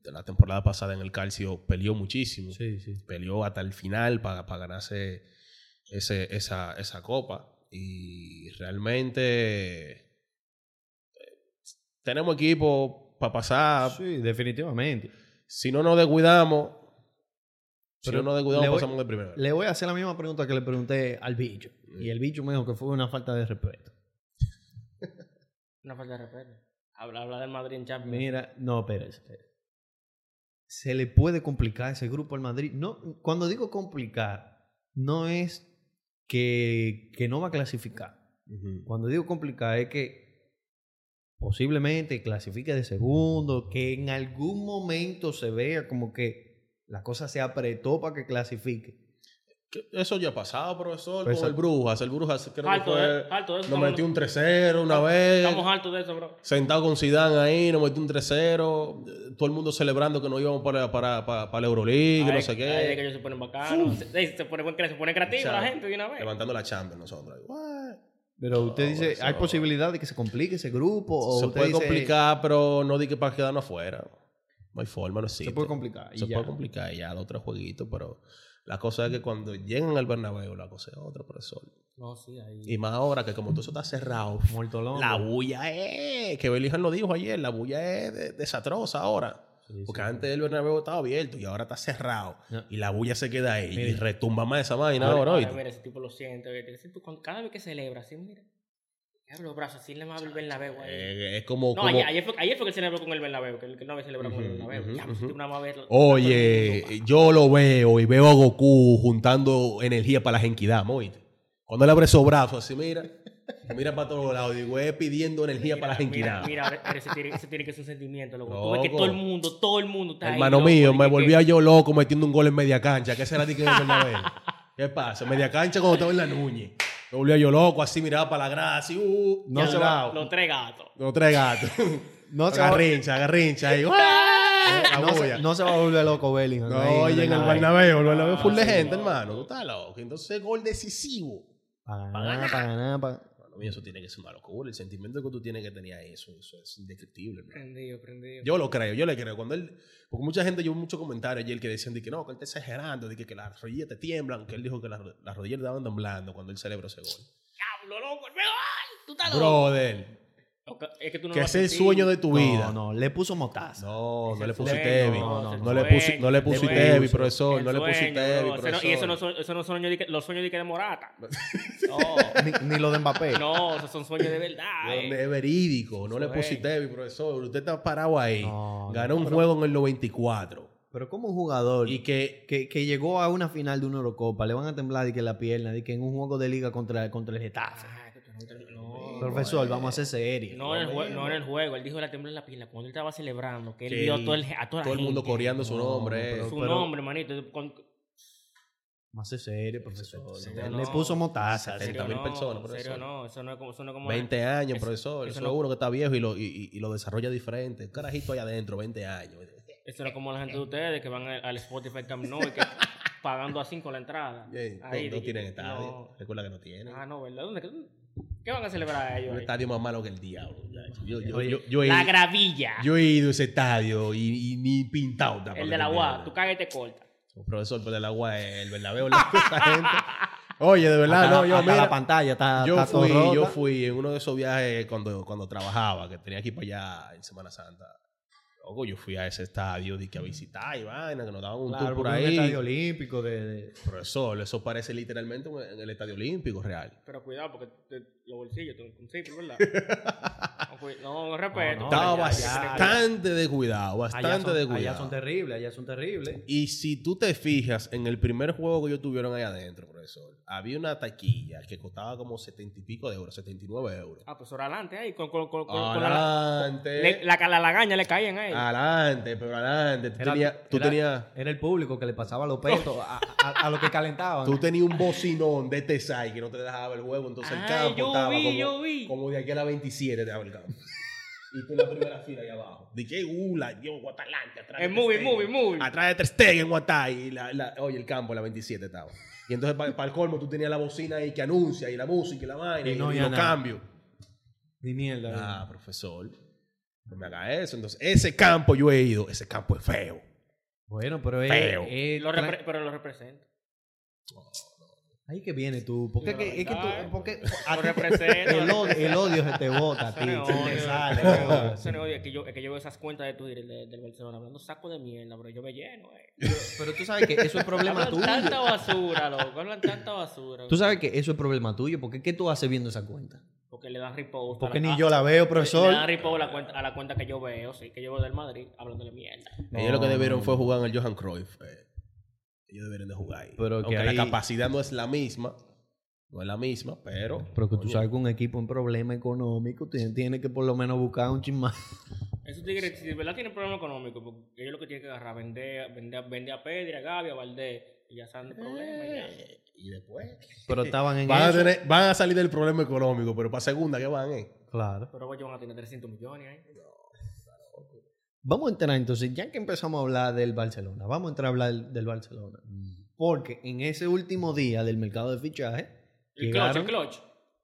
de la temporada pasada en el Calcio peleó muchísimo Sí, sí. peleó hasta el final para, para ganarse ese, esa, esa copa. Y realmente eh, tenemos equipo para Ah, pasar. sí, definitivamente. Si no nos descuidamos, si Pero no nos le descuidamos, voy- pasamos de primero. Le voy a hacer la misma pregunta que le pregunté al bicho. Y el bicho me dijo que fue una falta de respeto. Una falta de respeto. Habla, habla del Madrid en Champions. Mira, no, Pérez. ¿Se le puede complicar ese grupo al Madrid? No, cuando digo complicar, no es que, que no va a clasificar. Ujú. Cuando digo complicar es que posiblemente clasifique de segundo, que en algún momento se vea como que la cosa se apretó para que clasifique. Que Eso ya ha pasado, profesor, Pues con el a- Brujas. El Brujas creo que Alto de, fue, alto de eso. nos estamos- metió un 3-0 una vez. Estamos altos de eso, bro. Sentado con Zidane ahí, nos metió un 3-0. eh, Todo el mundo celebrando que nos íbamos para, para, para, para la Euroliga, no Ahí- sé qué. ahí es que ellos se ponen bacanos. Se, se pone, se pone creativo O sea, la gente de una vez. levantando la Champions nosotros. Pero usted No, dice, eso- ¿hay posibilidad de que se complique ese grupo? O se usted puede dice, complicar, pero no di que para quedarnos afuera. No hay forma, no existe. Se puede complicar. y Se ya. puede complicar y ya dos tres jueguitos, pero la cosa es que cuando llegan al Bernabéu la cosa es otra, profesor. No, sí, ahí. Y más ahora que como todo eso está cerrado, Muerto loco. la bulla es, que Belijan lo dijo ayer, la bulla es de- desastrosa ahora. Porque antes el Bernabéu estaba abierto y ahora está cerrado. Ya. Y la bulla se queda ahí y Mire. retumba más esa vaina Ahora, ahora, ahora, ¿oíste? mira, ese tipo lo siente. oye, ese tipo, cuando- cada vez que celebra, así, mira. Abre los brazos, así le va a abrir el Bernabéu. ahí. Eh, es como... No, como- ayer, ayer fue, ayer fue que él celebró con el Bernabéu, que él que no había celebrado con el Ujú, Bernabéu. Ya, ujú, pues, ujú. una vez- Oye, eh, yo lo veo y veo a Goku juntando energía para la Genkidama, oíste. Cuando él abre esos brazos así, mira, mira para todos lados, digo, es pidiendo energía para la Mira, Genkidama. mira, ahora- ahora ese tiene, ese tiene que ser un sentimiento, loco. Tú ves que Loco. todo el mundo, todo el mundo está ahí, Hermano loco, mío, y me que- volvía yo loco metiendo un gol en media cancha. ¿Qué será de que en el Bernabéu? ¿Qué pasa? Media cancha cuando estaba en la Núñez. Me volvía yo loco, así miraba para la grada, así, uh, No ya, se lo- va. Los tres gatos. Los tres gatos. [laughs] No se, va, Agarrincha, agarrincha. ahí, ¡ah! La no, bulla. se, no se va a volver loco Bellingham. No, ahí, oye, en el Bernabéu. Bernabéu, el Bernabéu full de sí, gente, no. hermano. Tú estás loco. Entonces, gol decisivo. Para ganar, para ganar, para... Hermano mío, eso tiene que ser una locura. El sentimiento que tú tienes que tener ahí, eso, eso es indescriptible, hermano. Prendido, prendido. Yo lo creo, yo le creo. Cuando él, porque mucha gente, yo muchos comentarios ayer que decían de que no, que él está exagerando, de que, que las rodillas te tiemblan, que él dijo que las, las rodillas le estaban temblando cuando él celebró ese gol. Diablo, loco, el Bernabéu, tú estás loco. Brother, Loco, Es que tú no que lo es el sentís. sueño de tu vida. No, no, le puso motaza. No, no Ese le fue- pusiste Tevi. no, no, No ese le fue- pusi- no le ese fue- pusiste Tevi, Evi, profesor. el No le sueño, pusiste Evi, bro. Ese no- Y eso no profesor. son, eso no son sueños de que- los sueños de que de [laughs] Morata. No, Ni, ni lo de Mbappé. no, esos son sueños de verdad. eh. Es verídico, no le Eso es. pusiste, mi profesor. Usted está parado ahí. No, Ganó no, un pero- juego en el 94. Pero como un jugador Y que. que, que llegó a una final de una Eurocopa, le van a temblar de que la pierna, de que en un juego de liga contra, contra el Getafe. Ah, que tú no- no, Profesor, vamos a ser serios. No en, el jue- no en el juego, él dijo la tembla en la pierna cuando él estaba celebrando, que él que vio a todo el, a toda la todo el mundo gente, coreando su No, nombre. eh. pero- Su pero- nombre, manito. con- Vamos a ser serios, profesor. Sí, Le no. puso motaza. 70 serio, mil no, personas, en serio, profesor. no, eso no es como. Eso no es como 20 años, Eso- profesor. eso Eso no- es uno que está viejo y lo, y- y, y lo desarrolla diferente. Un carajito allá adentro, 20 años. Eso no es como la gente de ustedes que van al, al Spotify Camp Nou [laughs] y que pagando a 5 la entrada. Bien, no- Ahí, no, dije, tienen no. estadio. Recuerda que no tienen. Ah, no, ¿verdad? ¿Dónde, qué, qué van a celebrar a ellos? un ahí? estadio más malo que el diablo. muchacho. Yo, yo- Oye, yo- yo he, La gravilla. yo he ido a ese estadio y, y ni pintado tampoco. el de la UA, tu caga y te corta. Profesor, pero el agua es el Bernabéu. loco, [laughs] esa gente. Oye, de verdad, Hasta no, la- yo, hasta mira, la pantalla está, yo está todo fui, yo rota. fui en uno de esos viajes cuando, cuando trabajaba, que tenía que ir para allá en Semana Santa. Loco, yo fui a ese estadio de que a visitar y vaina, que nos daban un Claro, tour por porque es ahí. un estadio olímpico de, de- Profesor, eso parece literalmente un- en el Estadio Olímpico real. [laughs] Pero cuidado porque te- los bolsillos, te- un ciclo, ¿verdad? Cu- No, No, respeto. no, Estaba ya, bastante descuidado, Allá bastante son, allá descuidado. son terribles, allá son terribles. Y si tú te fijas, en el primer juego que ellos tuvieron ahí adentro, profesor, había una taquilla que costaba como 70 y pico de euros, 79 euros. Ah, pues ahora adelante ahí. Con, con, con, con- con la, Adelante. eh. le- la, la lagaña le caían Ah, ahí. Adelante, pero adelante. Tú Era- tenías, tú era- tenías, Era el público que le pasaba los petos a, a- a los que [laughs] calentaban. tú tenías un bocinón de Tesai que no te dejaba ver el huevo, entonces el Ay, campo yo estaba vi, como, yo vi. como de aquí a la 27 te daba el campo. Y tú en la primera fila ahí abajo. DJ Ula, Dios, Guatalante, atrás. El de movie, Ter movie, Stegen. movie. Ah, Atrás de Ter Stegen, Guatay. Y la, la- oye, el campo, la 27 estaba. Y entonces, para el colmo, tú tenías la bocina ahí que anuncia, y la música, y la vaina, Y y, no y había los nada. cambios. Ni mierda. Ah, profesor, no me haga eso. Entonces, ese campo yo he ido, ese campo es feo. Bueno, pero es. Feo. es Lo tra- repre- pero [laughs] lo representa. Ahí que viene tú. Porque No, que, es que tú. no, [laughs] Porque Lo representa. Ah, el, odio, el odio se te bota a Eso ti. no es se odio, te eso sale, no te es odio, bota. eso no es odio. Es que yo, es que yo veo esas cuentas de Twitter del, del Barcelona hablando saco de mierda, pero yo me lleno, eh. Pero tú sabes que eso es problema Hablan tuyo. tanta basura, loco. Hablan tanta basura. Tú sabes que eso es problema tuyo. Porque ¿qué tú haces viendo esa cuenta? Porque le dan repost. Porque ni yo la veo, Le profesor. dan repost a la cuenta, a la cuenta que yo veo, sí, que yo veo del Madrid, hablándole mierda. Ellos lo que debieron fue jugar en el Johan Cruyff. eh. ellos debieron de jugar ahí. Pero que Aunque ahí- la capacidad no es la misma. No es la misma, pero... Pero que tú coño, sabes que un equipo en problema económico tiene, tiene que por lo menos buscar un chismán. Esos tigres, si de verdad tienen problema económico, porque ellos lo que tienen que agarrar, vender, vender, vender a Pedri, a Gavi, a Valdés, y ya saben de problema. y ya. eh, Y después... Pero estaban en Van a, eso. tener- van a salir del problema económico, pero para segunda, ¿qué van, eh? Claro. Pero ellos van a tener 300 millones ahí. Vamos a entrar entonces, ya que empezamos a hablar del Barcelona, vamos a entrar a hablar del, del Barcelona. Porque en ese último día del mercado de fichaje, El clutch, llegaron- el clutch.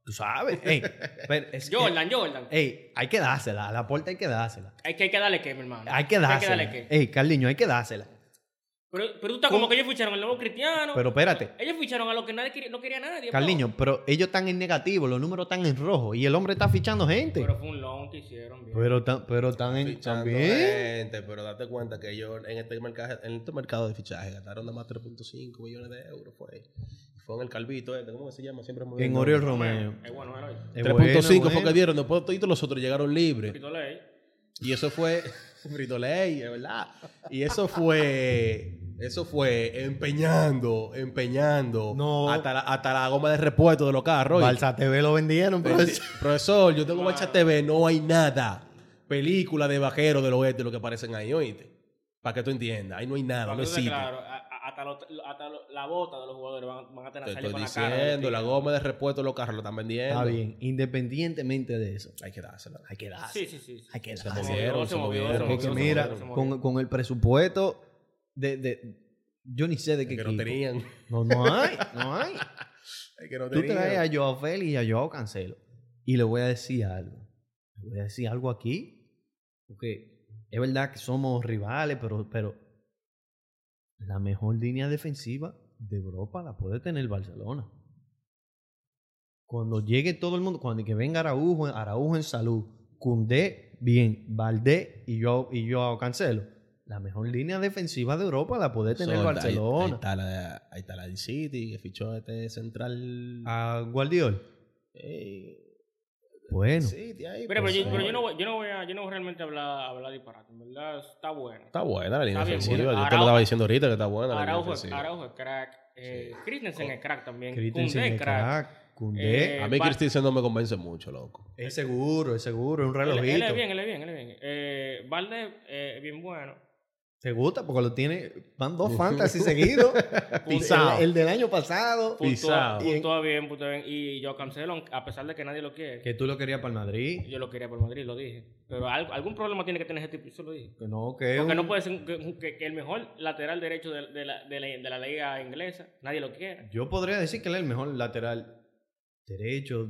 tú sabes, ey, pero es que- Jordan, Jordan. ey, hay que dársela, a la puerta hay que dársela. Hay que, hay que darle que, mi hermano. Hay que darle dársela. que. Ey, Carliño, hay que dársela. Pero, pero tú estás como que ellos ficharon al nuevo cristiano. Pero espérate, ellos ficharon a lo que nadie quería, no quería nadie. bro. Carliño, pero ellos están en negativo, los números están en rojo y el hombre está fichando gente. Pero fue un loan que hicieron bien. Pero, tan- pero están en. Fichando También. gente, pero date cuenta que ellos en este mercado, en este mercado de fichaje gastaron nada más 3.5 millones de euros. Fue, fue en el Calvito, este, ¿cómo que se llama? Siempre me En olvido el Oriol nombre. Romeo. Es bueno, era hoy. Es 3.5 bueno, fue que bueno. dieron, después todos los otros llegaron libres. Frito Ley. Y eso fue [laughs] Fritoley, es verdad. Y eso fue eso fue empeñando, empeñando No. hasta, la, hasta la goma de repuesto de los carros. oye. [laughs] Balsa TV lo vendieron, Pero- profesor. profesor, yo tengo Bacha TV, no hay nada. Película de vaquero del oeste, lo que aparecen ahí, oíste. Para que tú entiendas, ahí no hay nada, Para no que tú estés existe. claro, a- a- hasta, lo- hasta lo- la bota de los jugadores van, van a tener que Te salir estoy con la cara. del diciendo, tigre. la goma de repuesto de los carros lo están vendiendo. Está bien, independientemente de eso, Hay que dársela. hay que dársela. Sí, sí, sí. sí. Hay que Se dársela. movieron, se se movió, se movieron. Porque movió, se mira, movió, se movió. con, con el presupuesto de, de- Yo ni sé de qué Que no equipo. tenían. No, no hay, no hay. Que no Tú traes tenían. a Joao Félix y a Joao Cancelo. Y le voy a decir algo. Le voy a decir algo aquí. Porque es verdad que somos rivales, pero, pero la mejor línea defensiva de Europa la puede tener el Barcelona. Cuando llegue todo el mundo, cuando que venga Araujo, Araujo en salud, Cundé, bien, Valdé y yo, y Joao Cancelo. La mejor línea defensiva de Europa la puede tener el Sol, ahí- Ahí, Barcelona. está la, ahí está la del City, que fichó este central. A Guardiol. eh, Bueno. City ahí, Mira, pero, yo, profesor. pero yo, no voy, yo, no voy a, yo no voy realmente a hablar, a hablar disparate. En verdad, está bueno. Está buena la línea Está bien defensiva. buena. Yo te lo Araujo- estaba diciendo ahorita que está buena la línea Araujo, es- defensiva. Araujo es crack. Eh, Christensen es crack también. Christensen Koundé es crack, Koundé. Eh, A mí va- Christensen no me convence mucho, loco. es seguro, es seguro, es un Él, relojito. él es bien, él es bien, él es bien. Eh, Valdés eh, bien bueno. ¿Te gusta? Porque lo tiene. Van [laughs] dos fantasy seguidos. [laughs] Pisao. El, el del año pasado. Pisao. Puntúa, puntúa bien, puntúa bien. Y yo cancelo, aunque- a pesar de que nadie lo quiere. Que tú lo querías para el Madrid. Yo lo quería por Madrid, lo dije. Pero al- algún problema tiene que tener ese tipo, eso lo dije. Que no, que. es Porque un- no puede ser un- que, que- que el mejor lateral derecho de, de la, de, la, de la liga inglesa, nadie lo quiera. Yo podría decir que él es el mejor lateral derecho.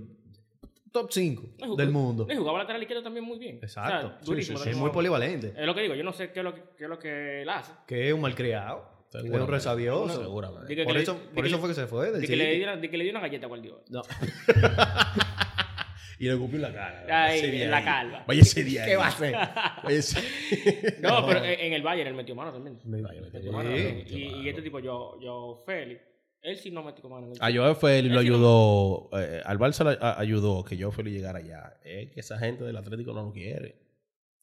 Top 5 No, del jugó- mundo. Y jugaba lateral izquierdo también muy bien. Exacto. O sea, Sí, durísimo, sí, sí, es durísimo. muy polivalente. Es lo que digo, yo no sé qué es lo que, qué es lo que él hace. Que es un malcriado. Que es un Seguramente. resabioso. Seguramente. Diga que Por le- eso, diga por que eso le- fue que se fue. Del De que, le City. dio, de que le dio una galleta a Guardiola. No. Y le copió la cara. Ah, Ay, Ese día la ahí. calva. Vaya ese día. ¿Qué va a hacer? No, pero en en el Bayern él metió mano también. [laughs] Me- Bayern metió Metió mano Sí. también. Y, metió y mano. este tipo, yo, yo Félix, Él sí no metió mano. en el A Chelsea. Joao Félix lo Ese no- ayudó, eh, al Barça le a- ayudó que Joao Félix llegara allá. Es que esa gente del Atlético no lo quiere.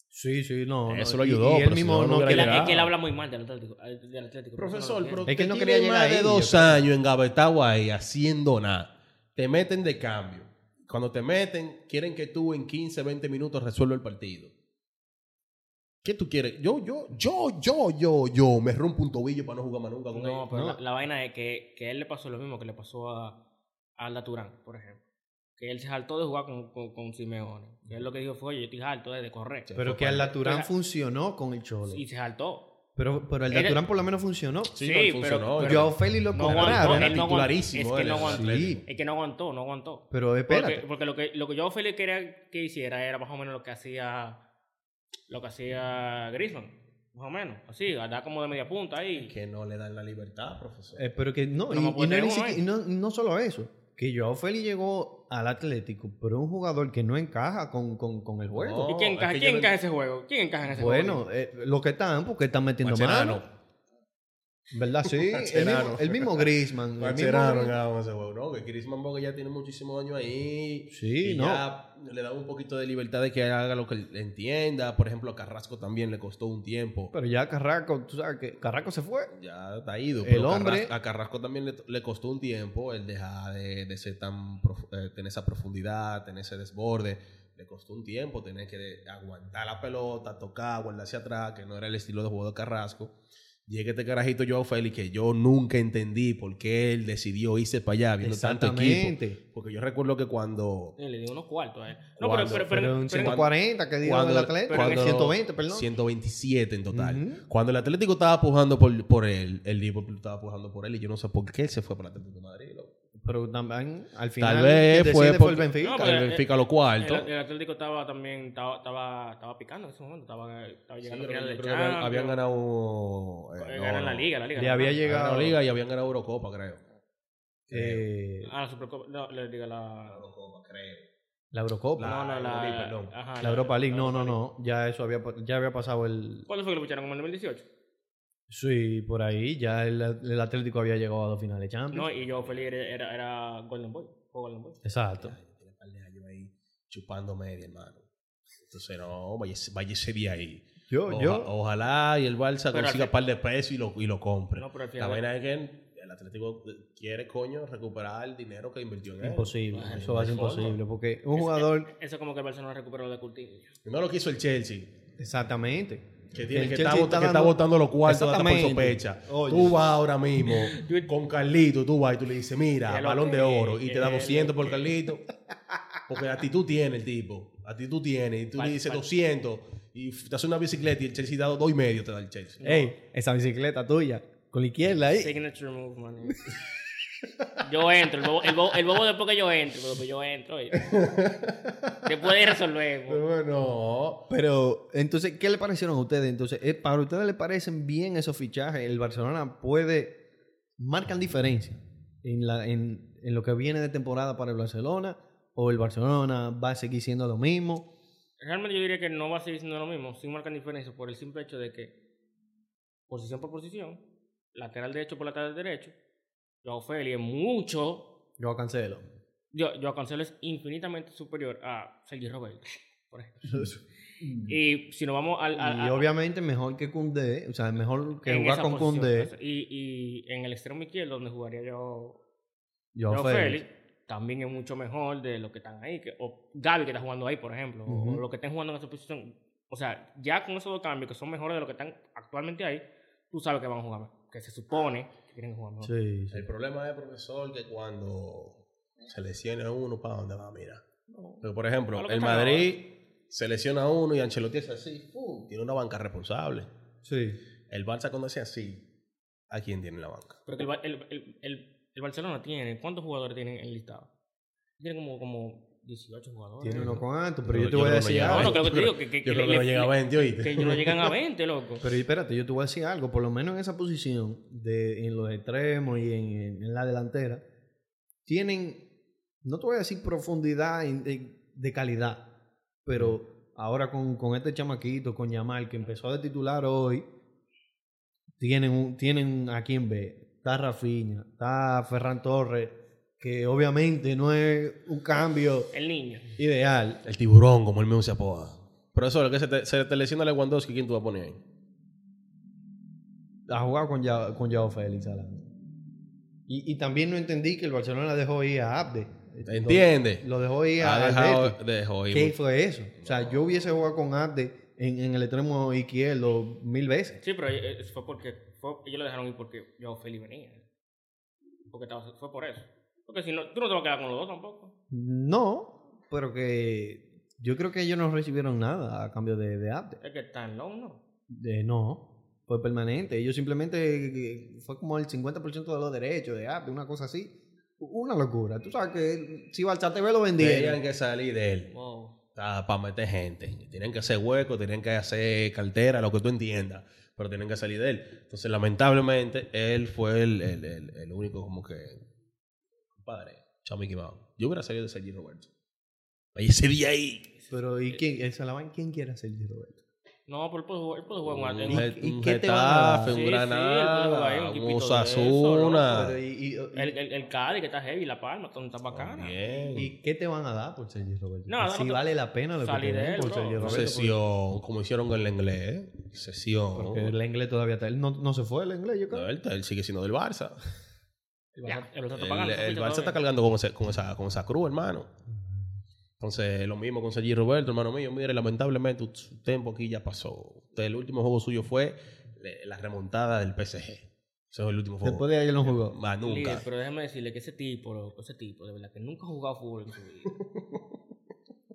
Sí, sí, no. Eso no. lo Y- ayudó, Y él pero mismo si no, no no hubiera Es quiere- llegado. que- es que él habla muy mal del Atlético. del Atlético, por eso no Profesor, lo pero quiere. Es que usted él no tiene quería más llegar de ahí, dos yo creo. años engavetado ahí haciendo nada. Te meten de cambio. Cuando te meten, quieren que tú en 15, 20 minutos resuelva el partido. ¿Qué tú quieres? Yo, yo, yo, yo, yo, yo. Me rompo un tobillo para no jugar más nunca con No, ellos. pero no. La, la vaina es que, que a él le pasó lo mismo que le pasó a, a Alda Turán, por ejemplo. Que él se hartó de jugar con, con, con Simeone. Y él lo que dijo fue, oye, yo estoy harto eh, de, de correr. Pero que al Oiga. Laturán funcionó con el Cholo. Y se hartó. Pero, pero el Era- Laturán por lo menos funcionó. Sí, no, él funcionó, pero- Joao Félix lo no aguantó, compraron. él no aguantó. Es titularísimo, que él no es aguantó. Sí. Es que no aguantó, no aguantó. Pero Porque, espérate. porque lo que lo que yo Félix quería que hiciera era más o menos lo que hacía lo que hacía Griezmann, más o menos, así, andaba como de media punta ahí. Que no le dan la libertad, profesor. Eh, pero que no, Pero y, no y puede no, tener ni uno, siquiera- ¿eh? y no- no solo eso, que Joao Félix llegó al Atlético, pero un jugador que no encaja con, con- con el juego. ¿Y No, quién encaja, es que quién yo no- encaja en ese juego? ¿Quién encaja en ese juego? bueno, eh, lo que están, porque están metiendo Macherano. mano. ¿Verdad? [laughs] Sí, el Macherano. mismo, el mismo Griezmann. el mismo- Macherano ganamos ese juego, ¿no? Que Griezmann Boga ya tiene muchísimos años ahí. Sí, y no. ya le da un poquito de libertad de que haga lo que le entienda. Por ejemplo, a Carrasco también le costó un tiempo. Pero ya Carraco, tú sabes que Carraco se fue. Ya está ido. El pero hombre- Carras- a Carrasco también le, le costó un tiempo el dejar de, de ser tan. prof- eh, tener esa profundidad, tener ese desborde. Le costó un tiempo tener que de- aguantar la pelota, tocar, guardar hacia atrás, que no era el estilo de juego de Carrasco. Llega este carajito Joao Félix, que yo nunca entendí por qué él decidió irse para allá viendo tanto equipo. Exactamente. Porque yo recuerdo que cuando. Y le dio unos cuartos a él. No, pero, Cuando pero, pero, Pero un pero- 140 que dio cuando- el Atlético. cuando- 120, perdón. 127 en total. Ujú. Cuando el Atlético estaba pujando por, por él, el Liverpool estaba pujando por él y yo no sé por qué él se fue para el Atlético de Madrid. loco. Pero también al final. Tal vez quien fue decide por- el Benfica. No, Tal vez eh, Benfica lo cuarto. el, el Atlético estaba también estaba, estaba, estaba picando en ese momento, estaba, estaba Sí, llegando pero a final yo de creo que habían- Champions, habían ganado. eh, eh, no, ganan la no. liga, la liga. Le la había ganaron. llegado- Habían ganado la liga y habían ganado Eurocopa, creo. eh, Ah, la Supercopa, no, la liga la Eurocopa, creo. la Eurocopa. no, no, la, Europa League, perdón. ajá, La Europa League, no, no, no. Ya eso había, pa- ya había pasado el. ¿Cuándo fue que lo lucharon? ¿Como en el 2018? Sí, por ahí. Ya el, el Atlético había llegado a dos finales de Champions. No, y yo feliz era, era, era Golden Boy. Fue Golden Boy. Exacto. Ay, tiene un par de años ahí chupando media, hermano. Entonces, no, váyase, váyese de ahí. Yo, Oja- yo. Ojalá y el Barça Pero consiga al- un par de pesos y lo, y lo compre. No, pero al la final. vaina es que el Atlético quiere, coño, recuperar el dinero que invirtió en él. Imposible. Ay, Eso va a ser no hay forma. imposible. Porque es- un jugador. es- Eso como que el Barcelona recuperó lo de Coutinho. No lo quiso el Chelsea. Exactamente. Que, tiene, El que, Chelsea está, bot- está que está dando- botando los cuartos hasta por Exactamente. sospecha. Oye. Tú vas [laughs] ahora mismo con Carlito, tú vas y tú le dices, mira, Que lo balón de que- oro, y te da que lo 200 por Carlito. Porque actitud tiene el tipo, actitud tiene, y tú Pal- le dices pal- 200, y f- te hace una bicicleta y el Chelsea da dos y medio, te da el Chelsea. Ey, esa bicicleta tuya. Con la izquierda ahí. Signature move, man. Yo entro. El bobo, el, bobo, el bobo después que yo entro. Pero después yo [laughs] entro. oye. Después de resolver. bo. Pero no. Pero, entonces, ¿qué le parecieron a ustedes? Entonces, eh, ¿para ustedes le parecen bien esos fichajes? El Barcelona puede. Marcan diferencia en, la, en, en lo que viene de temporada para el Barcelona. O el Barcelona va a seguir siendo lo mismo. Realmente yo diría que no va a seguir siendo lo mismo. Sí marcan diferencia por el simple hecho de que posición por posición, lateral derecho por lateral derecho, Joao Félix es mucho Yo cancelo. Yo, yo Cancelo es infinitamente superior a Sergi Roberto, [laughs] por ejemplo. [laughs] y si nos vamos al... al- Y al- obviamente mejor que Koundé, o sea, mejor que en jugar esa con posición, pues, Koundé, Y, y en el extremo izquierdo, donde jugaría yo, yo yo Félix. Félix, también es mucho mejor de lo que están ahí. Que, o Gaby, que está jugando ahí, por ejemplo. o- Ujú. O lo que estén jugando en esa posición. O sea, ya con esos dos cambios, que son mejores de lo que están actualmente ahí, tú sabes que van a jugar mejor, Que se supone que tienen que jugar mejor. Sí, sí. El problema es, profesor, que cuando se lesiona uno, ¿para dónde va? Mira. Porque, por A lo ejemplo, que el está Madrid se lesiona uno y Ancelotti es así, ¡pum! tiene una banca responsable. Sí. El Barça cuando hace así, ¿a quién tiene la banca? Pero que el, Ba- el, el, el, el Barcelona tiene, ¿cuántos jugadores tienen enlistados? Tiene como, como 18 jugadores. Tiene uno ¿no? con Anto, pero yo, te creo voy a que decir llega No, algo. no, creo que te [laughs] Yo digo que- que- yo que creo le- que no llega a 20, oíste. Que ellos no llegan a 20, loco. Pero espérate, yo te voy a decir algo, por lo menos en esa posición, de, en los extremos y en, en- en la delantera, tienen, no te voy a decir profundidad en- de, de calidad, pero ahora con, con este chamaquito, con Yamal, que empezó de titular hoy, tienen, un- tienen a quien ver. está Rafinha, está Ferran Torres, que obviamente no es un cambio El niño. ideal. El tiburón, como él mismo se apoda. Profesor, que se te, se te lesiona Lewandowski, ¿quién tú vas a poner ahí? A jugar con Yao, con Joao Félix adelante. Y, y también no entendí que el Barcelona dejó ir a Abde. ¿Entiendes? Lo dejó ir a Ha Alberto. dejado, dejó ir. ¿Qué fue eso? O sea, yo hubiese jugado con Abde en, en el extremo izquierdo mil veces. Sí, pero eh, eh, fue porque. Fue, ellos lo dejaron ir porque yo Félix venía. Porque estaba, fue por eso. Porque si no, tú no te vas a quedar con los dos tampoco. No, pero que yo creo que ellos no recibieron nada a cambio de, de Abde. Es que está en low, ¿no? De- no, fue permanente. Ellos simplemente eh, fue como el 50% de los derechos de Abde, una cosa así. Una locura. Tú sabes que si Balchate lo vendía. Tenían que salir de él Wow. para meter gente. Tienen que hacer hueco, tienen que hacer cartera, lo que tú entiendas. Pero tienen que salir de él. Entonces, lamentablemente, él fue el, el- el- el único como que... Padre, chao Mickey Mouse. Yo hubiera salido de Sergi Roberto. Ahí ese día ahí. Pero Eh, ¿y quién? Esa la van, ¿quién quiere ser Roberto? No, pero él puede jugar, él puede jugar Un, con alguien. Get- ¿Y un qué te van a dar? Getafe, un Sí, sí, él puede jugar ahí, un Granada, un equipito de eso, Osasuna. loco, Pero, ¿y, y- El, el, el Cádiz que está heavy, La Palma, está- está bacana. Bien. y qué te van a dar por Sergio Roberto? No, si no te- vale la pena lo que Salí te de den él, por bro. Sergio No Roberto. Sesión, como hicieron con el inglés. ¿eh? Sesión. porque- Porque el inglés todavía está. Él no, no se fue el inglés, yo creo. No, él, él sigue siendo del Barça. Ya, el Barça El, está pagando. el ¿supiste Barça está todavía? cargando con, ese- con esa, con esa cruz, hermano. Entonces, lo mismo con Sergi Roberto, hermano mío. Mire, lamentablemente, su tiempo aquí ya pasó. Usted, el último juego suyo fue le- la remontada del PSG. Ese fue el último juego. Después de ayer no jugó. Más nunca. Líder, pero déjame decirle que ese tipo, loco, ese tipo, de verdad, que nunca ha jugado fútbol en su vida. [laughs]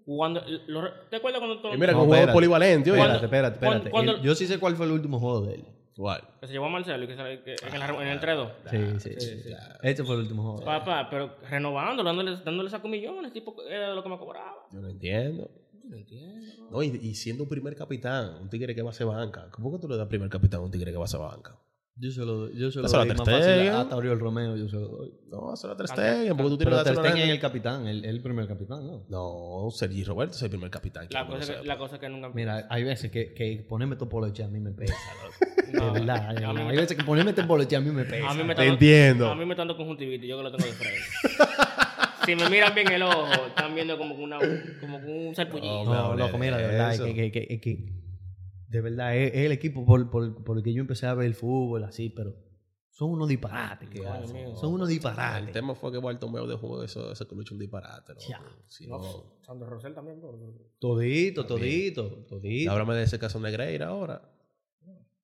Jugando. lo- ¿Te acuerdas cuando, Y Eh, mira, No, con un juego espérate. polivalente, oye. Espérate, espérate, espérate. cuándo- Él- yo sí sé cuál fue el último juego de él. Igual. que se llevó a Marcelo y que, se- que- que en, la- en el 3-2? Sí, sí, sí. Este fue el último juego. de él. Papá, pero renovándolo, dándole, dándole sacos millones, tipo, era lo que me cobraba. Yo no entiendo. Yo no entiendo. No, y, y siendo primer capitán, un tigre que va a ser banca. ¿Cómo que tú le das primer capitán a un tigre que va a ser banca? Yo se lo, yo se lo Dáselo a doy más Ter fácil Stegen. a, a Oriol Romeo, yo se lo doy. No, solo a Ter Banca, Stegen, porque Pero tú tienes que Ter dárselo a Stegen es nadie. el capitán, el, el primer capitán, ¿no? No, Sergi Roberto es el primer capitán. La quiero que cosa, lo que, sepa. la cosa que nunca. Mira, hay veces que, que ponerme topoloche a mí me pesa, [laughs] No, de verdad. Ah. a mí hermano. me Hay está- veces que ponerme topoloche a mí me pesa. A mí me está Te dando- entiendo. A mí me está dando conjuntivitis, yo que lo tengo de frente. si me miran bien el ojo, están viendo como que una, como que un sarpullito. me No, hable loco, de mira, de verdad, es eso. que, que- que- es que- de verdad, es, es el equipo por, por, por el que yo empecé a ver el fútbol, así, pero son unos disparates que No, hacen. no. Son unos El disparates. tema fue que Walton Bell dejó eso, ese colucho un disparate. ¿no? Ya. Si no- oh. Sandro Rosell también, bro. Todito, todito, Y todito. háblame de ese caso Negreira ahora.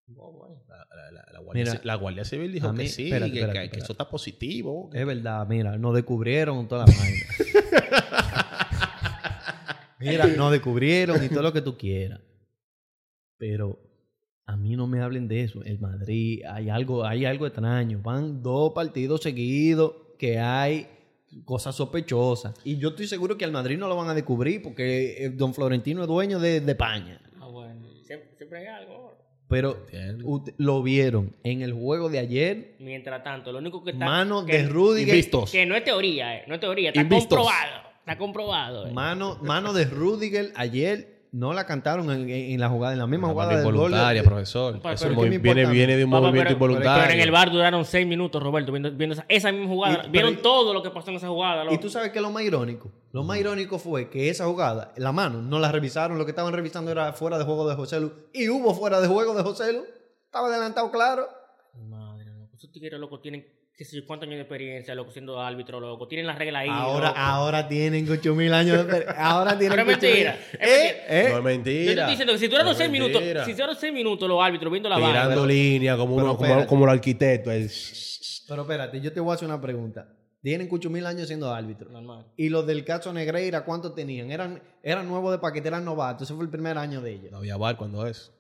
La, la- la- la Guardia, Mira, Ci- la Guardia Civil dijo a mí- que sí, espérate, que- espérate, que, que espérate. Eh, eso está positivo. Es verdad, mira, nos descubrieron toda la [laughs] vaina. mira, nos descubrieron y todo lo que tú quieras. Pero a mí no me hablen de eso. El Madrid, hay algo, hay algo extraño. Van dos partidos seguidos que hay cosas sospechosas. Y yo estoy seguro que al Madrid no lo van a descubrir porque eh, don Florentino es dueño de, de España. Ah, bueno. Siempre, siempre hay algo. bro. Pero Entiendo. ut- lo vieron en el juego de ayer. Mientras tanto, lo único que está. Mano que, de Rudiger Invistos. Que no es teoría, eh. No es teoría, está Invistos. comprobado. Está comprobado. eh. Mano, mano de Rudiger ayer no la cantaron en, en la jugada, en la misma Una jugada mano del gol. de- involuntaria, profesor. Pa- Eso pero ¿qué es muy- me viene, importa? viene de un Papá, movimiento pero- involuntario. Pero en el bar duraron seis minutos, Roberto, viendo, viendo esa, esa misma Y- jugada. pero- Vieron todo lo que pasó en esa jugada. Y loco. tú sabes que lo más irónico, lo más irónico fue que esa jugada, la mano, no la revisaron, lo que estaban revisando era fuera de juego de José Lu, y hubo fuera de juego de José Lu, estaba adelantado claro. Madre, loco. Esos tigres, loco, tienen qué sé yo cuántos años de experiencia, loco, siendo árbitro, loco. Tienen las reglas ahí. Ahora, ah, loco. ahora tienen 8 mil años de per- ahora tienen Pero es 8.000. mentira, es Eh, eh. No es Yo te mentira. estoy diciendo que si duraron No es seis minutos, mentira. si duraron seis minutos los árbitros viendo la Tirando barra. línea como, Pero uno, como, espérate. como el arquitecto. el- Pero espérate, yo te voy a hacer una pregunta. Tienen 8 mil años siendo árbitro. Normal. Y los del caso Negreira, ¿cuántos tenían? Eran, eran nuevos de paquete, eran novatos. Ese fue el primer año de ellos. No había bar cuando es.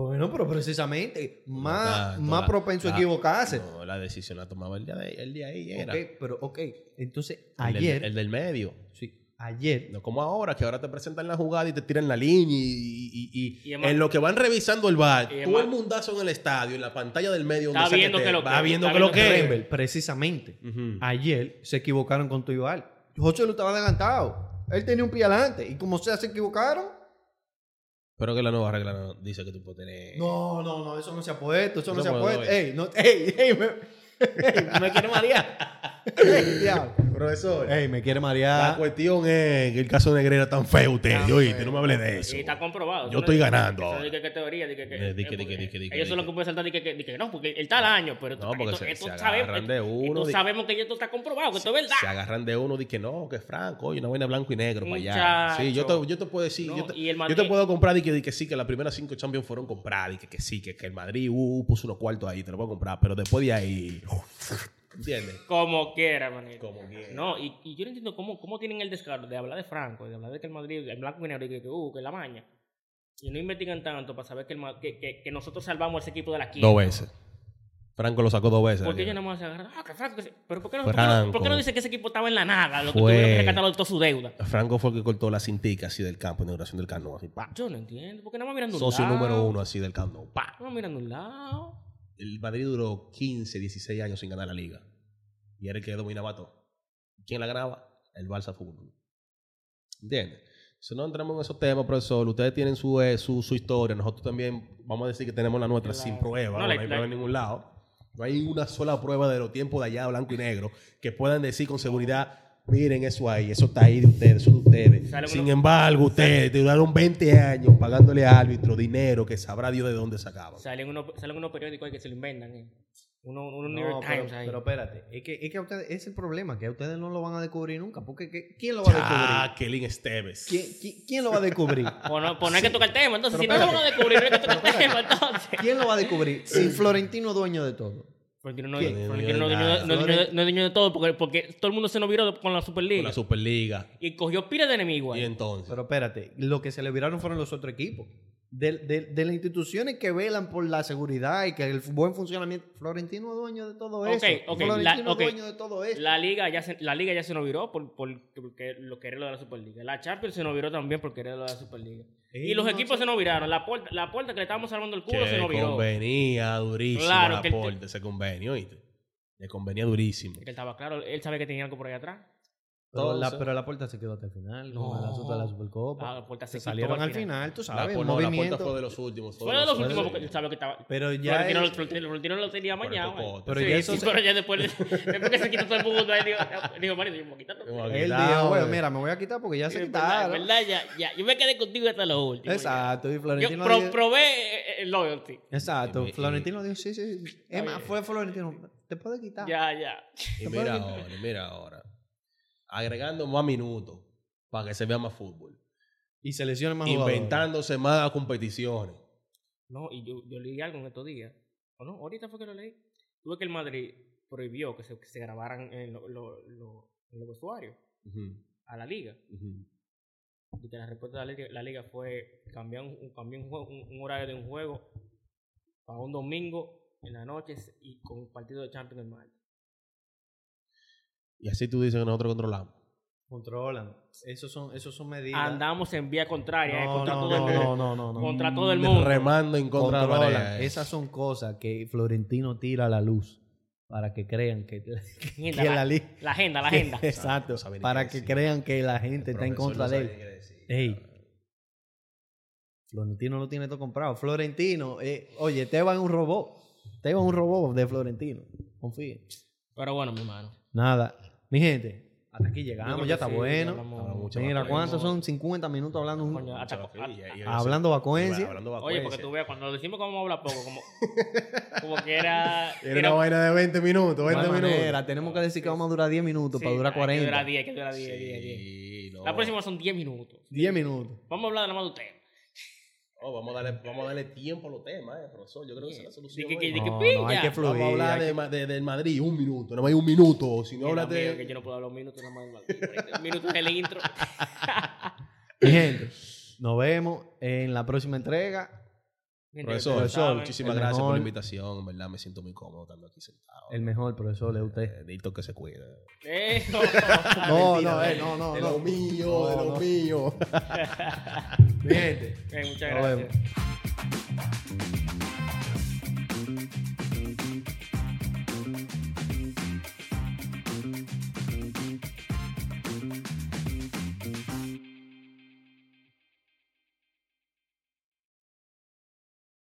Bueno, pero precisamente, más, Tanto, más la- propenso a la- equivocarse. No, la decisión la tomaba el día de, el día ahí. Era. ok, pero ok. Entonces, El del- ayer, el del medio. sí, ayer, No como ahora, que ahora te presentan la jugada y te tiran la línea y, y- y- y Y es más- en lo que van revisando el bar, y es todo más- el mundazo en el estadio, en la pantalla del medio, Está donde sea viendo esté, que lo va que- viendo está que lo viendo que que Rembel, precisamente, Ujú. Ah, ayer se equivocaron con Tuibal. José lo estaba adelantado. Él tenía un pie adelante. Y como sea, se equivocaron. Pero que la nueva regla no dice que tú puedes tener... No, no, no, eso no se ha puesto, eso no, No se ha puedo, puesto. oye. Ey, no, ey, ey, me- me quiero marear. Profesor, Ey, me quiere la marear. cuestión es que el caso de Negrera es tan feo usted. Oíste, no me hable de eso. Y está comprobado. Yo Eso no- estoy ganando Eso ahora. de que, que teoría, de que, que, Eh, di que, eh, di que, di que, di que, ellos di son los que. que pueden saltar y que, que, di que no, porque él tal año, pero No, porque se- se agarran de esto- uno, esto de- sabemos que esto está comprobado, que esto es Se verdad. agarran de uno y que no, que Franco, oye, una vaina blanco y negro para allá. Sí, yo te, yo te puedo decir, No, yo, te, y el yo Madrid- te puedo comprar y que, di que sí, que las primeras cinco Champions fueron compradas y que, que sí, que, que el Madrid uh, puso unos cuartos ahí, te lo puedo comprar, pero después de ahí, ¿entiendes? Como quiera, manito. Como que- No, y, y yo no entiendo cómo, cómo tienen el descaro de hablar de Franco, de hablar de que el Madrid, el blanco y negro, y que, que, uh, que la maña. Y no investigan tanto para saber que, el, Ma- que, que, que nosotros salvamos a ese equipo de la quinta. Dos veces. Franco lo sacó dos veces. ¿Por qué Ayer. ellos nada más se agarran? Ah, que Franco, que se- pero ¿por qué, no, por qué no- por qué no Franco. dice que ese equipo estaba en la nada? Lo que Fue. tuvieron que rescatar de toda su deuda. Franco fue el que cortó la cintica así del campo, inauguración del Cano, así, pa. Yo no entiendo, porque nada más mirando a un Socio lado. número uno así del Cano, pa. Nada más mirando a un lado. El Madrid duró 15, 16 años sin ganar la liga. Y era el que dominaba todo. ¿Quién la ganaba? El Barça Fútbol. Club. ¿Entiendes? Si no entramos en esos temas, profesor, ustedes tienen su, eh, su, su historia. Nosotros también vamos a decir que tenemos la nuestra Claro. sin prueba. No, No, la- hay la- prueba en ningún lado. No hay una sola prueba de los tiempos de allá, blanco y negro, que puedan decir con seguridad. Miren eso ahí, eso está ahí de ustedes, eso de ustedes. Sale Sin uno- embargo, ustedes duraron 20 años pagándole a árbitro dinero que sabrá Dios de dónde sacaban. Salen unos, salen unos periódicos ahí que se lo inventan. eh. Uno, uno New No, York pero, Times ahí. pero espérate, es que, es que a ustedes, ese es el problema, que a ustedes no lo van a descubrir nunca, porque ¿qué- ¿quién lo va a descubrir? Jacqueline Esteves. ¿Quién, qui- quién lo va a descubrir? Poner, poner pues que toca el tema, entonces. Pero si no lo van a espérate. descubrir, no hay que tocar el tema, entonces. ¿Quién lo va a [laughs] descubrir? Si Florentino es dueño de todo. Florentino no, ¿Quién? Florentino no, No, dueño de- no, no, dueño de- no. no dueño de todo, porque, porque todo el mundo se nos viró de- con la Con Superliga. la Superliga. y cogió pila de enemigos eh. Y ahí. entonces. Pero espérate, lo que se le viraron fueron los otros equipos. De, de- de las instituciones que velan por la seguridad y que el buen funcionamiento. Florentino es dueño de todo Ok, eso. ok, Florentino la- ok. es dueño de todo eso. La liga ya se, la liga ya se nos viró por, por- porque lo que era lo de la Superliga. La Champions se nos viró también porque era lo de la Superliga. Y los no, equipos se nos viraron. La puerta, la puerta que le estábamos salvando el culo se que nos viró. convenía durísimo Claro, el que el- aporte, ese convenio, ¿oíste? Le convenía durísimo. Porque él estaba claro, él sabe que tenía algo por ahí atrás. Pero, la, Entonces- pero la puerta se quedó hasta el final. No, No. el asunto de la Supercopa. La puerta se se quitó salieron al final, tú La, sabes. no, el la movimiento. puerta fue de los últimos. Fue de los Fue de últimos los- porque él sabe que estaba. Pero ya. Florentino, es- Florentino- Florentino lo tenía Por el mañana. cocote. güey. pero Sí, ya eso sí, se- pero ya después, [laughs] después que se quitó todo el mundo ahí, digo, digo, Mario, yo me voy a quitar. Hemos Él quitado, dijo, bueno, eh. mira, me voy a quitar porque ya [laughs] Sí, se es verdad, quitaron. es verdad, ya, ya. Yo me quedé contigo hasta lo último. ya. Exacto, y Yo Florentino. pro- dijo- probé eh, el loyalty. Exacto, Y- y- Florentino dijo, sí, sí. sí. Es más, bien. fue Florentino. Te puedes quitar. Ya, ya. Y mira ahora, y mira ahora. Agregando más minutos para que se vea más fútbol. Y selecciona más jugadores. Inventándose más competiciones. No, y yo, yo leí algo en estos días. ¿O no? Ahorita fue que lo leí. Tuve que el Madrid prohibió que se, que se grabaran en lo- lo- lo- en los vestuarios Ujú, a la liga. ujú. Y que la respuesta de la liga, la liga fue cambiar, un, un- cambiar un, juego- un- un horario de un juego para un domingo en la noche y con un partido de Champions el martes. Y así tú dices que nosotros controlamos. Controlan. Esos son, esos son medidas. Andamos en vía contraria, eh, No, contra, no, todo no, el, no, no, no, no. contra todo el mundo. Remando en contra de la Controlan. marea, eh. Esas son cosas que Florentino tira a la luz para que crean que, que Mierda, la la, li- la agenda, [laughs] la agenda. Exacto. sabe ni para qué que decir. crean que la gente está en Profesor contra no de sabe él. qué decir. Ey. Florentino lo tiene todo comprado. Florentino, eh, oye, te va un robot. Te va un robot de Florentino. Confíe. Pero bueno, mi hermano. Nada. Mi gente, hasta aquí Yo creo llegamos. que Ya está sí, bueno. hablamos- Hablamos mucho Mira, más. ¿cuántos son? 50 minutos hablando. un- Coño, hasta- ah, Mucha vaquilla, y- y- Ah, hablando vacuencia. Hablando Oye, porque vacuencia. tú veas, cuando decimos que vamos a hablar poco, [laughs] como, como que era. Era una vaina de 20 minutos, No hay 20 minutos. manera, tenemos que decir que vamos a durar 10 minutos sí, para durar hay Que 40. dura 10, que dura 10, 10, 10. Sí, no. La próxima son 10 minutos. 10 minutos. Vamos a hablar nada más de usted. No, Oh, vamos, a darle, vamos a darle tiempo a los temas, eh, profesor. Yo creo que esa es la solución. Di que- eh. di No, que- no, hay pilla. que Vamos fluir. a hablar hay de, ma- de- del Madrid un minuto. No hay un minuto. Si no Mira, hablas amigo, que yo de. no puedo hablar un minuto nada más del Madrid. Minutos del intro. que- Mi gente, nos vemos en la próxima entrega. Gente, Profesor, ustedes profesor, saben. muchísimas el gracias por mejor. la invitación. En verdad, me siento muy cómodo estando aquí sentado. El mejor profesor es usted. Eh, Dito que se cuida. Eh, [laughs] No, no, eh, no, no, de no. lo mío, de No, lo no. mío. Mi gente, eh, muchas nos vemos. gracias.